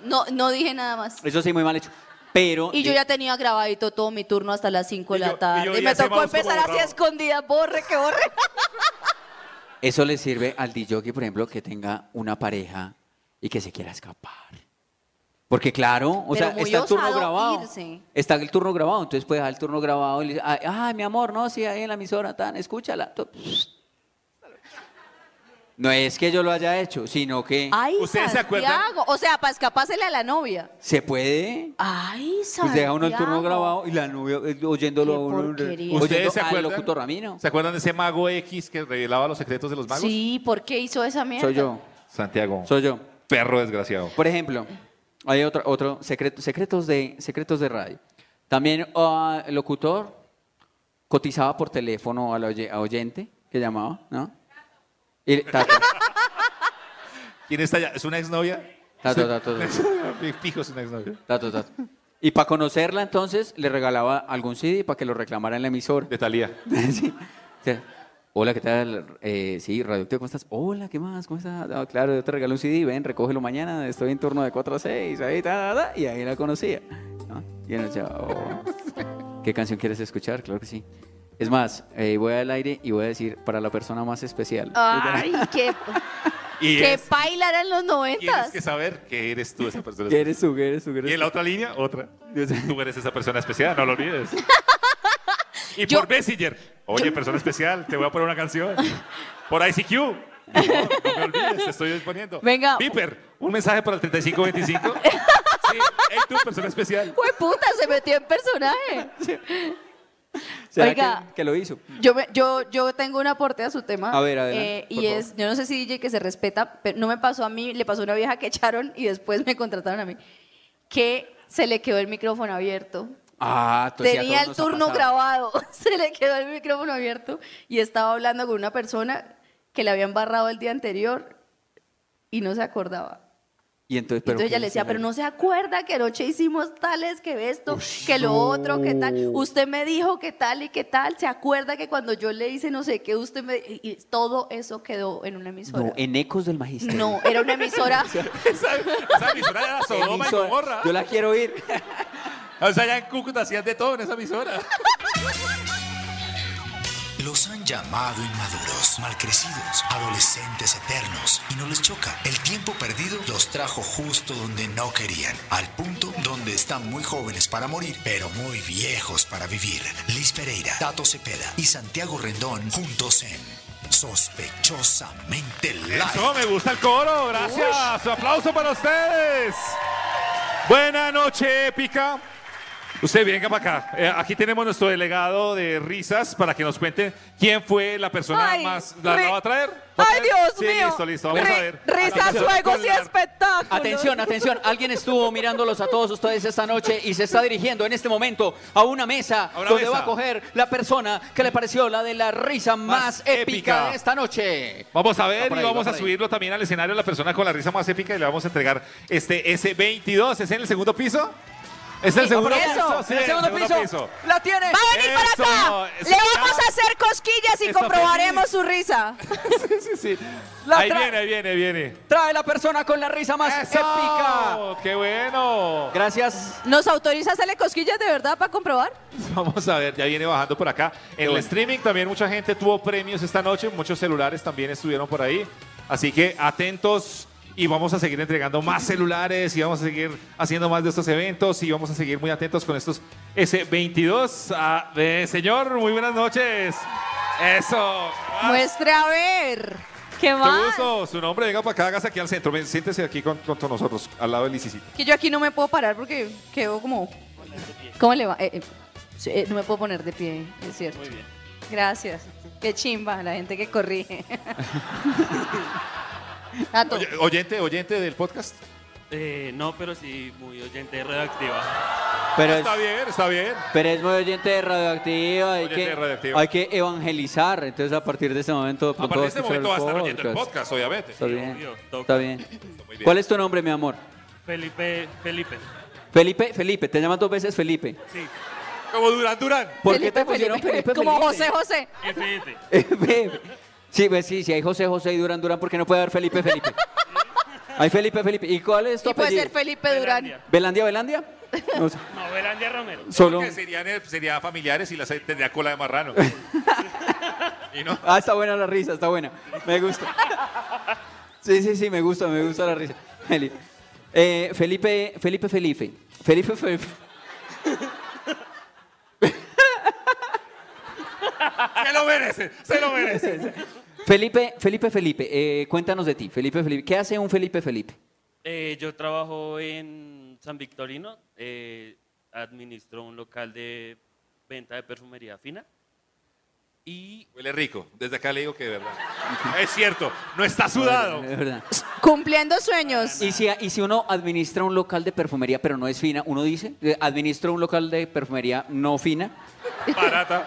Speaker 3: No, no dije nada más.
Speaker 4: Eso sí, muy mal hecho. Pero.
Speaker 3: Y yo ya tenía grabadito todo mi turno hasta las 5 de
Speaker 6: Y yo-
Speaker 3: la
Speaker 6: y
Speaker 3: tarde.
Speaker 6: yo
Speaker 3: Y,
Speaker 6: veía
Speaker 3: me
Speaker 6: ese
Speaker 3: tocó
Speaker 6: mouse como
Speaker 3: empezar así a
Speaker 6: borrado.
Speaker 3: escondidas, borre, que borre.
Speaker 4: Eso le sirve al DJ, por ejemplo, que tenga una pareja y que se quiera escapar. Porque claro, o
Speaker 3: Pero
Speaker 4: sea,
Speaker 3: muy
Speaker 4: está el turno
Speaker 3: osado
Speaker 4: grabado.
Speaker 3: irse.
Speaker 4: Está el turno grabado, entonces puedes dejar el turno grabado y le dices, "Ay, ah, mi amor, no, sí, ahí en la emisora, tan, escúchala. To- No es que yo lo haya hecho, sino que
Speaker 3: Ay,
Speaker 6: ¿Ustedes se
Speaker 3: Santiago.
Speaker 6: acuerdan?
Speaker 3: O sea, para escapársele a la novia.
Speaker 4: se puede.
Speaker 3: Ay, Santiago.
Speaker 4: Pues deja uno el turno grabado y la novia eh, oyéndolo
Speaker 3: Qué
Speaker 4: a uno,
Speaker 3: porquería.
Speaker 4: oyendo
Speaker 6: ¿Ustedes se
Speaker 4: al
Speaker 6: acuerdan?
Speaker 4: locutor Ramiro.
Speaker 6: ¿Se acuerdan de ese mago X que revelaba los secretos de los magos?
Speaker 3: Sí, ¿por qué hizo esa mierda?
Speaker 4: Soy yo,
Speaker 6: Santiago.
Speaker 4: soy yo.
Speaker 6: perro desgraciado.
Speaker 4: Por ejemplo, hay otro, otro secreto, secretos, de, secretos de radio. También ah, el locutor cotizaba por teléfono al oye- a oyente que llamaba, ¿no? Y- tato,
Speaker 6: ¿Quién está allá? ¿Es una exnovia?
Speaker 4: tato, tato, tato,
Speaker 6: Fijo, es una exnovia.
Speaker 4: tato, tato. Y para conocerla entonces le regalaba algún CD para que lo reclamara en la emisora.
Speaker 6: De Talía.
Speaker 4: Sí. O sea, Hola, ¿qué tal? Eh, sí, Radio Activa, ¿cómo estás? Hola, ¿qué más? ¿Cómo estás? Ah, claro, yo te regalo un CD, ven, recógelo mañana, estoy en turno de 4 a 6, ahí, ta, ta, ta, y ahí la conocía. ¿no? Y él decía, "Oh, ¿qué canción quieres escuchar? Claro que sí. Es más, eh, voy al aire y voy a decir, para la persona más especial.
Speaker 3: Ay, qué,
Speaker 6: Y
Speaker 3: qué
Speaker 6: es-
Speaker 3: paila eran los
Speaker 6: tienes
Speaker 3: noventas.
Speaker 6: que saber que eres tú esa persona.
Speaker 4: ¿Qué eres tú? ¿Qué eres tú? ¿Qué eres
Speaker 6: Y en
Speaker 4: tú?
Speaker 6: la otra línea, otra. Tú eres esa persona especial, no lo olvides. Y
Speaker 3: Yo-
Speaker 6: por Messenger. Oye, persona especial, te voy a poner una canción. Por ICQ. No, no me olvides, te estoy disponiendo.
Speaker 3: Venga.
Speaker 6: Piper, un mensaje para el 3525. Sí, hey tú, persona especial.
Speaker 3: Fue puta, se metió en personaje.
Speaker 4: ¿Será
Speaker 3: Oiga.
Speaker 4: que, que lo hizo?
Speaker 3: Yo, me- yo, yo tengo un aporte a su tema. eh,
Speaker 4: A ver, adelante, por
Speaker 3: y es, yo no sé si DJ que se respeta, pero no me pasó a mí, le pasó a una vieja que echaron y después me contrataron a mí, que se le quedó el micrófono abierto.
Speaker 4: Ah, entonces ya
Speaker 3: Tenía el
Speaker 4: todos nos ha
Speaker 3: turno
Speaker 4: pasado.
Speaker 3: grabado, se le quedó el micrófono abierto y estaba hablando con una persona que le había embarrado el día anterior y no se acordaba.
Speaker 4: Y entonces, ¿pero
Speaker 3: Entonces
Speaker 4: qué
Speaker 3: ella le decía,
Speaker 4: hicieron?
Speaker 3: pero no se acuerda que anoche hicimos tales, que esto,
Speaker 4: Ush,
Speaker 3: que lo
Speaker 4: no.
Speaker 3: otro, que tal. Usted me dijo que tal y que tal. Se acuerda que cuando yo le hice no sé qué, usted me. Y y todo eso quedó en una emisora.
Speaker 4: No, en este. Ecos del Magisterio.
Speaker 3: No, era una emisora.
Speaker 6: Esa, esa emisora era Sodoma y
Speaker 4: Emisora.
Speaker 6: Gomorra.
Speaker 4: Yo la quiero ir.
Speaker 6: O sea, ya en Cúcuta hacías de todo en esa emisora.
Speaker 7: Los han llamado inmaduros, malcrecidos, adolescentes eternos y no les choca. El tiempo perdido los trajo justo donde no querían, al punto donde están muy jóvenes para morir, pero muy viejos para vivir. Liz Pereira, Tato Cepeda y Santiago Rendón juntos en Sospechosamente Live.
Speaker 6: Eso, me gusta el coro, gracias. Aplauso para ustedes. Buena noche, épica. Usted venga para acá. Eh, aquí tenemos nuestro delegado de risas para que nos cuente quién fue la persona
Speaker 8: Ay,
Speaker 6: más. ¿La,
Speaker 8: re-
Speaker 6: la va a traer? ¿Va a
Speaker 8: ¡Ay,
Speaker 6: traer?
Speaker 8: Dios
Speaker 6: Sí,
Speaker 8: mío!
Speaker 6: Listo, listo. Vamos a
Speaker 8: Ri-
Speaker 6: ver.
Speaker 8: Risas, juegos y espectáculos.
Speaker 4: Atención, atención. Alguien estuvo mirándolos a todos ustedes esta noche y se está dirigiendo en este momento a una mesa
Speaker 6: A una
Speaker 4: donde
Speaker 6: mesa.
Speaker 4: va a coger la persona que le pareció la de la risa más,
Speaker 6: Más
Speaker 4: épica.
Speaker 6: épica.
Speaker 4: de esta noche.
Speaker 6: Vamos a
Speaker 4: Va
Speaker 6: ver
Speaker 4: por
Speaker 6: y
Speaker 4: ahí, va
Speaker 6: vamos
Speaker 4: por
Speaker 6: a
Speaker 4: ahí.
Speaker 6: subirlo también al escenario a la persona con la risa más épica y le vamos a entregar este S22. ¿Es en el segundo piso? ¿Es en el segundo
Speaker 4: Eso,
Speaker 6: piso? Sí,
Speaker 4: en el segundo, piso. La tiene.
Speaker 8: Va a venir
Speaker 6: Eso,
Speaker 8: para acá.
Speaker 6: no, eso
Speaker 8: Le
Speaker 6: ya-
Speaker 8: vamos a hacer cosquillas y
Speaker 6: Está feliz.
Speaker 8: comprobaremos su risa.
Speaker 6: Sí, sí.
Speaker 4: La
Speaker 6: ahí
Speaker 4: tra-
Speaker 6: viene, ahí viene, ahí viene.
Speaker 4: Trae la persona con la risa más
Speaker 6: ¡Eso!
Speaker 4: épica.
Speaker 6: ¡Qué bueno!
Speaker 4: Gracias.
Speaker 8: ¿Nos autoriza a hacerle cosquillas de verdad para comprobar?
Speaker 6: Vamos a ver, ya viene bajando por acá. En el streaming también mucha gente tuvo premios esta noche, muchos celulares también estuvieron por ahí. Así que atentos y vamos a seguir entregando más celulares y vamos a seguir haciendo más de estos eventos y vamos a seguir muy atentos con estos S22. Ah, eh, señor, muy buenas noches. Eso. Ah,
Speaker 8: Muestre a ver. ¿Qué
Speaker 6: mucho
Speaker 8: más?
Speaker 6: gusto. Su nombre, venga para acá, hágase aquí al centro. Ven, siéntese aquí con, con todos nosotros, al lado del Licicito.
Speaker 3: que yo aquí no me puedo parar porque quedo como. ¿Cómo le va? Eh, eh, sí, eh, no me puedo poner de pie, es cierto. Muy bien. Gracias. Qué chimba la gente que corrige. Tato,
Speaker 6: Oye, oyente, oyente del podcast.
Speaker 9: Eh, no, pero sí, muy oyente de radioactiva.
Speaker 4: Pero es,
Speaker 6: Está bien, está bien.
Speaker 4: pero es muy oyente de radioactiva. Hay,
Speaker 6: Oyente
Speaker 4: que,
Speaker 6: de Radioactiva.
Speaker 4: hay que evangelizar. Entonces, a partir de este momento, de
Speaker 6: A
Speaker 4: pronto
Speaker 6: partir de este
Speaker 4: escuchar
Speaker 6: momento va a estar oyendo el
Speaker 4: podcast.
Speaker 6: podcast, obviamente.
Speaker 4: Está bien.
Speaker 9: obvio, toca.
Speaker 4: Está bien.
Speaker 6: Muy bien.
Speaker 4: ¿Cuál es tu nombre, mi amor?
Speaker 9: Felipe, Felipe.
Speaker 4: Felipe, Felipe, te llamas dos veces Felipe.
Speaker 9: Sí,
Speaker 6: Como Durán Durán.
Speaker 4: ¿Por qué
Speaker 3: Felipe,
Speaker 4: te pusieron Felipe? Felipe
Speaker 3: Como José José.
Speaker 9: FF.
Speaker 4: Felipe? sí, pues sí, si hay José José y Durán Durán, ¿por qué no puede haber Felipe Felipe? Hay Felipe Felipe. ¿Y cuál es tu
Speaker 3: Y puede
Speaker 4: apellido?
Speaker 3: ser Felipe Durán.
Speaker 9: Belandia.
Speaker 4: ¿Belandia Belandia? No, sé.
Speaker 9: No, Belandia Romero.
Speaker 4: solo.
Speaker 6: Porque serían, eh, sería familiares y las tendría cola de marrano. y no.
Speaker 4: Ah, está buena la risa, está buena. Me gusta. Sí, sí, sí, me gusta, me gusta la risa. Felipe. Eh, Felipe, Felipe, Felipe. Felipe, Felipe.
Speaker 6: Se lo merece, se lo merece.
Speaker 4: Felipe, Felipe, Felipe. eh, cuéntanos de ti, Felipe, Felipe. ¿Qué hace un Felipe, Felipe?
Speaker 9: Eh, yo trabajo en San Victorino, eh, administro un local de venta de perfumería fina y
Speaker 6: Huele rico. Desde acá le digo que de verdad. Es cierto, no está sudado.
Speaker 4: Es verdad.
Speaker 3: Cumpliendo sueños.
Speaker 4: Y si, y si uno administra un local de perfumería, pero no es fina, uno dice, eh, administro un local de perfumería no fina.
Speaker 6: Barata.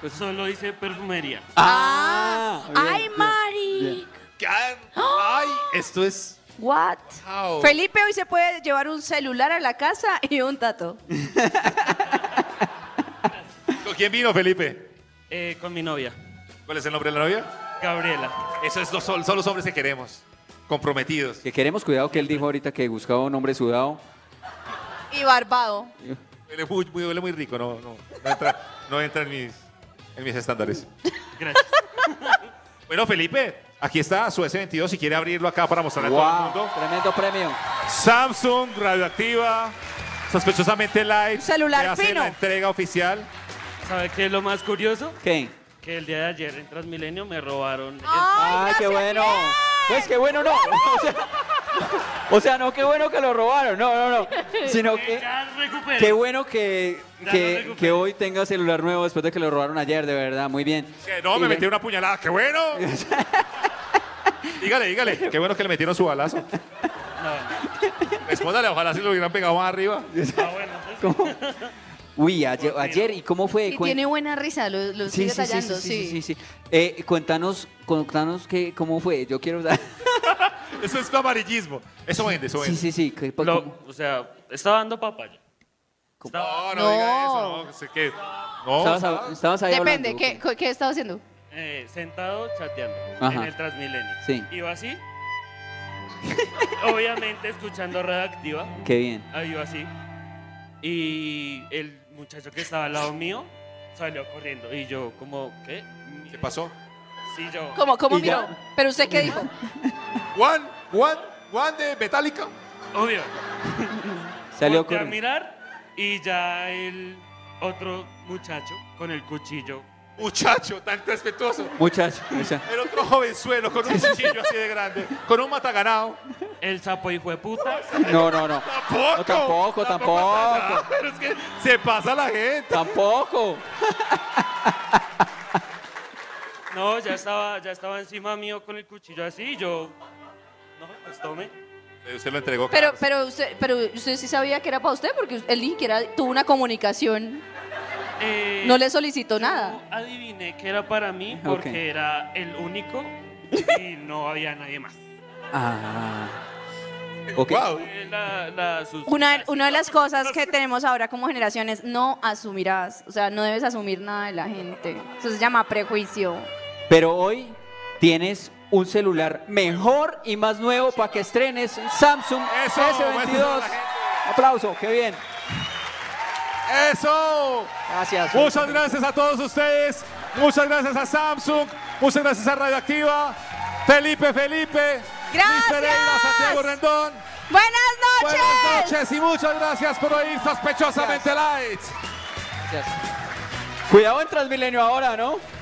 Speaker 9: pues solo hice perfumería.
Speaker 4: ¡Ah! bien,
Speaker 3: ¡Ay,
Speaker 4: bien,
Speaker 3: Mari!
Speaker 4: bien.
Speaker 6: Can- Ay, esto es.
Speaker 3: ¿What?
Speaker 6: Wow.
Speaker 3: Felipe hoy se puede llevar un celular a la casa y un tato.
Speaker 6: ¿Con quién vino, Felipe?
Speaker 9: Eh, con mi novia,
Speaker 6: ¿Cuál es el nombre de la novia?
Speaker 9: Gabriela.
Speaker 6: Eso es, los- son, son los hombres que queremos. Comprometidos.
Speaker 4: Que queremos cuidado que él dijo ahorita que buscaba un hombre sudado.
Speaker 3: Y barbado.
Speaker 6: Huele muy, muy- huele muy rico, no, no, no entra, no entra en, mis, en mis estándares.
Speaker 9: Gracias.
Speaker 6: Bueno, Felipe, aquí está su S22, si quiere abrirlo acá para mostrarle a todo el
Speaker 4: ¡Wow!
Speaker 6: mundo.
Speaker 4: Tremendo premio.
Speaker 6: Samsung, radioactiva, sospechosamente live.
Speaker 8: Celular
Speaker 6: le hace
Speaker 8: fino.
Speaker 6: la entrega oficial.
Speaker 9: ¿Sabe qué es lo más curioso?
Speaker 4: ¿Qué?
Speaker 9: Que el día de ayer en Transmilenio me robaron. el-
Speaker 6: Ah.
Speaker 4: ¡Ay, qué bueno! Pues qué bueno no. O sea, o sea, no, qué bueno que lo robaron. No, no, no. Sino que.
Speaker 9: Ya recuperé.
Speaker 4: Qué bueno que,
Speaker 9: Ya lo
Speaker 4: que,
Speaker 9: recuperé.
Speaker 4: que hoy tenga celular nuevo después de que lo robaron ayer, de verdad, muy bien.
Speaker 6: Que No, me
Speaker 4: Y-
Speaker 6: metí una puñalada, qué bueno. dígale, dígale. Qué bueno que le metieron su balazo. Respóndale, ojalá si lo hubieran pegado más arriba.
Speaker 9: Ah, bueno, entonces-
Speaker 4: Uy, ayer, ayer, ¿y cómo fue?
Speaker 3: Y
Speaker 4: Cuen-
Speaker 3: tiene buena risa, lo, lo sigue
Speaker 4: sí, sí, sí, sí,
Speaker 3: tallando,
Speaker 4: sí, sí, sí, sí. Eh, cuéntanos, cuéntanos que, cómo fue, yo quiero... saber.
Speaker 6: Eso es amarillismo. Eso vende, eso
Speaker 4: sí,
Speaker 6: vende.
Speaker 4: sí, sí. que-
Speaker 9: Lo- o sea, estaba dando papaya.
Speaker 6: No,
Speaker 9: Estaba-
Speaker 6: no, diga eso, no. sé qué. No,
Speaker 4: Estabas,
Speaker 6: ¿sabes?
Speaker 4: a- estabas ahí
Speaker 3: Depende,
Speaker 4: hablando,
Speaker 3: ¿qué,
Speaker 4: ok.
Speaker 3: co- ¿qué estaba haciendo?
Speaker 9: eh, sentado chateando
Speaker 4: Ajá.
Speaker 9: en el Transmilenio.
Speaker 4: Sí.
Speaker 9: Iba así. Obviamente escuchando Red Activa.
Speaker 4: Qué bien.
Speaker 9: Ah, iba así. Y el muchacho que estaba al lado mío salió corriendo. Y yo, como, ¿qué?
Speaker 6: ¿Qué pasó?
Speaker 9: Sí, yo.
Speaker 3: ¿Cómo, cómo
Speaker 4: Y ya.
Speaker 3: miró? ¿Pero usted qué dijo?
Speaker 6: Juan, Juan, Juan de Metallica.
Speaker 9: Obvio.
Speaker 4: Salió
Speaker 9: Volteé a
Speaker 4: con...
Speaker 9: mirar y ya el otro muchacho con el cuchillo.
Speaker 6: Muchacho, tan respetuoso.
Speaker 4: Muchacho, muchacho.
Speaker 6: El otro jovenzuelo con un cuchillo así de grande, con un mataganado.
Speaker 9: El sapo hijo de puta.
Speaker 4: No, no, no.
Speaker 6: Tampoco.
Speaker 4: No, tampoco,
Speaker 6: pasa
Speaker 4: tampoco.
Speaker 6: nada, Pero es que se pasa la gente.
Speaker 4: Tampoco.
Speaker 9: No, ya estaba, ya estaba encima mío con el cuchillo así. Y yo, no, pues tome.
Speaker 6: Usted lo entregó.
Speaker 3: Pero, pero, usted, pero usted sí sabía que era para usted porque él ni siquiera tuvo una comunicación.
Speaker 9: Eh,
Speaker 3: No le solicitó nada.
Speaker 9: Yo Adiviné que era para mí porque
Speaker 4: Ok.
Speaker 9: era el único y no había nadie más.
Speaker 4: Ah. Ok.
Speaker 6: Wow.
Speaker 9: Eh, la- la- sus-
Speaker 3: Una, una de las cosas que tenemos ahora como generación es no asumirás, o sea, no debes asumir nada de la gente. Eso se llama prejuicio.
Speaker 4: Pero hoy tienes un celular mejor y más nuevo para que estrenes Samsung
Speaker 6: Eso, muéstraselo
Speaker 4: S22.
Speaker 6: a la gente.
Speaker 4: Aplauso, qué bien.
Speaker 6: ¡Eso!
Speaker 4: Gracias.
Speaker 6: Muchas gracias a todos ustedes. Muchas gracias a Samsung. Muchas gracias a Radioactiva. Felipe, Felipe.
Speaker 8: Gracias.
Speaker 6: Mr. Eiva, Santiago Rendón.
Speaker 8: Buenas
Speaker 6: Buenas
Speaker 8: noches.
Speaker 6: noches y muchas gracias por oír sospechosamente light.
Speaker 4: Cuidado en Transmilenio ahora, ¿no?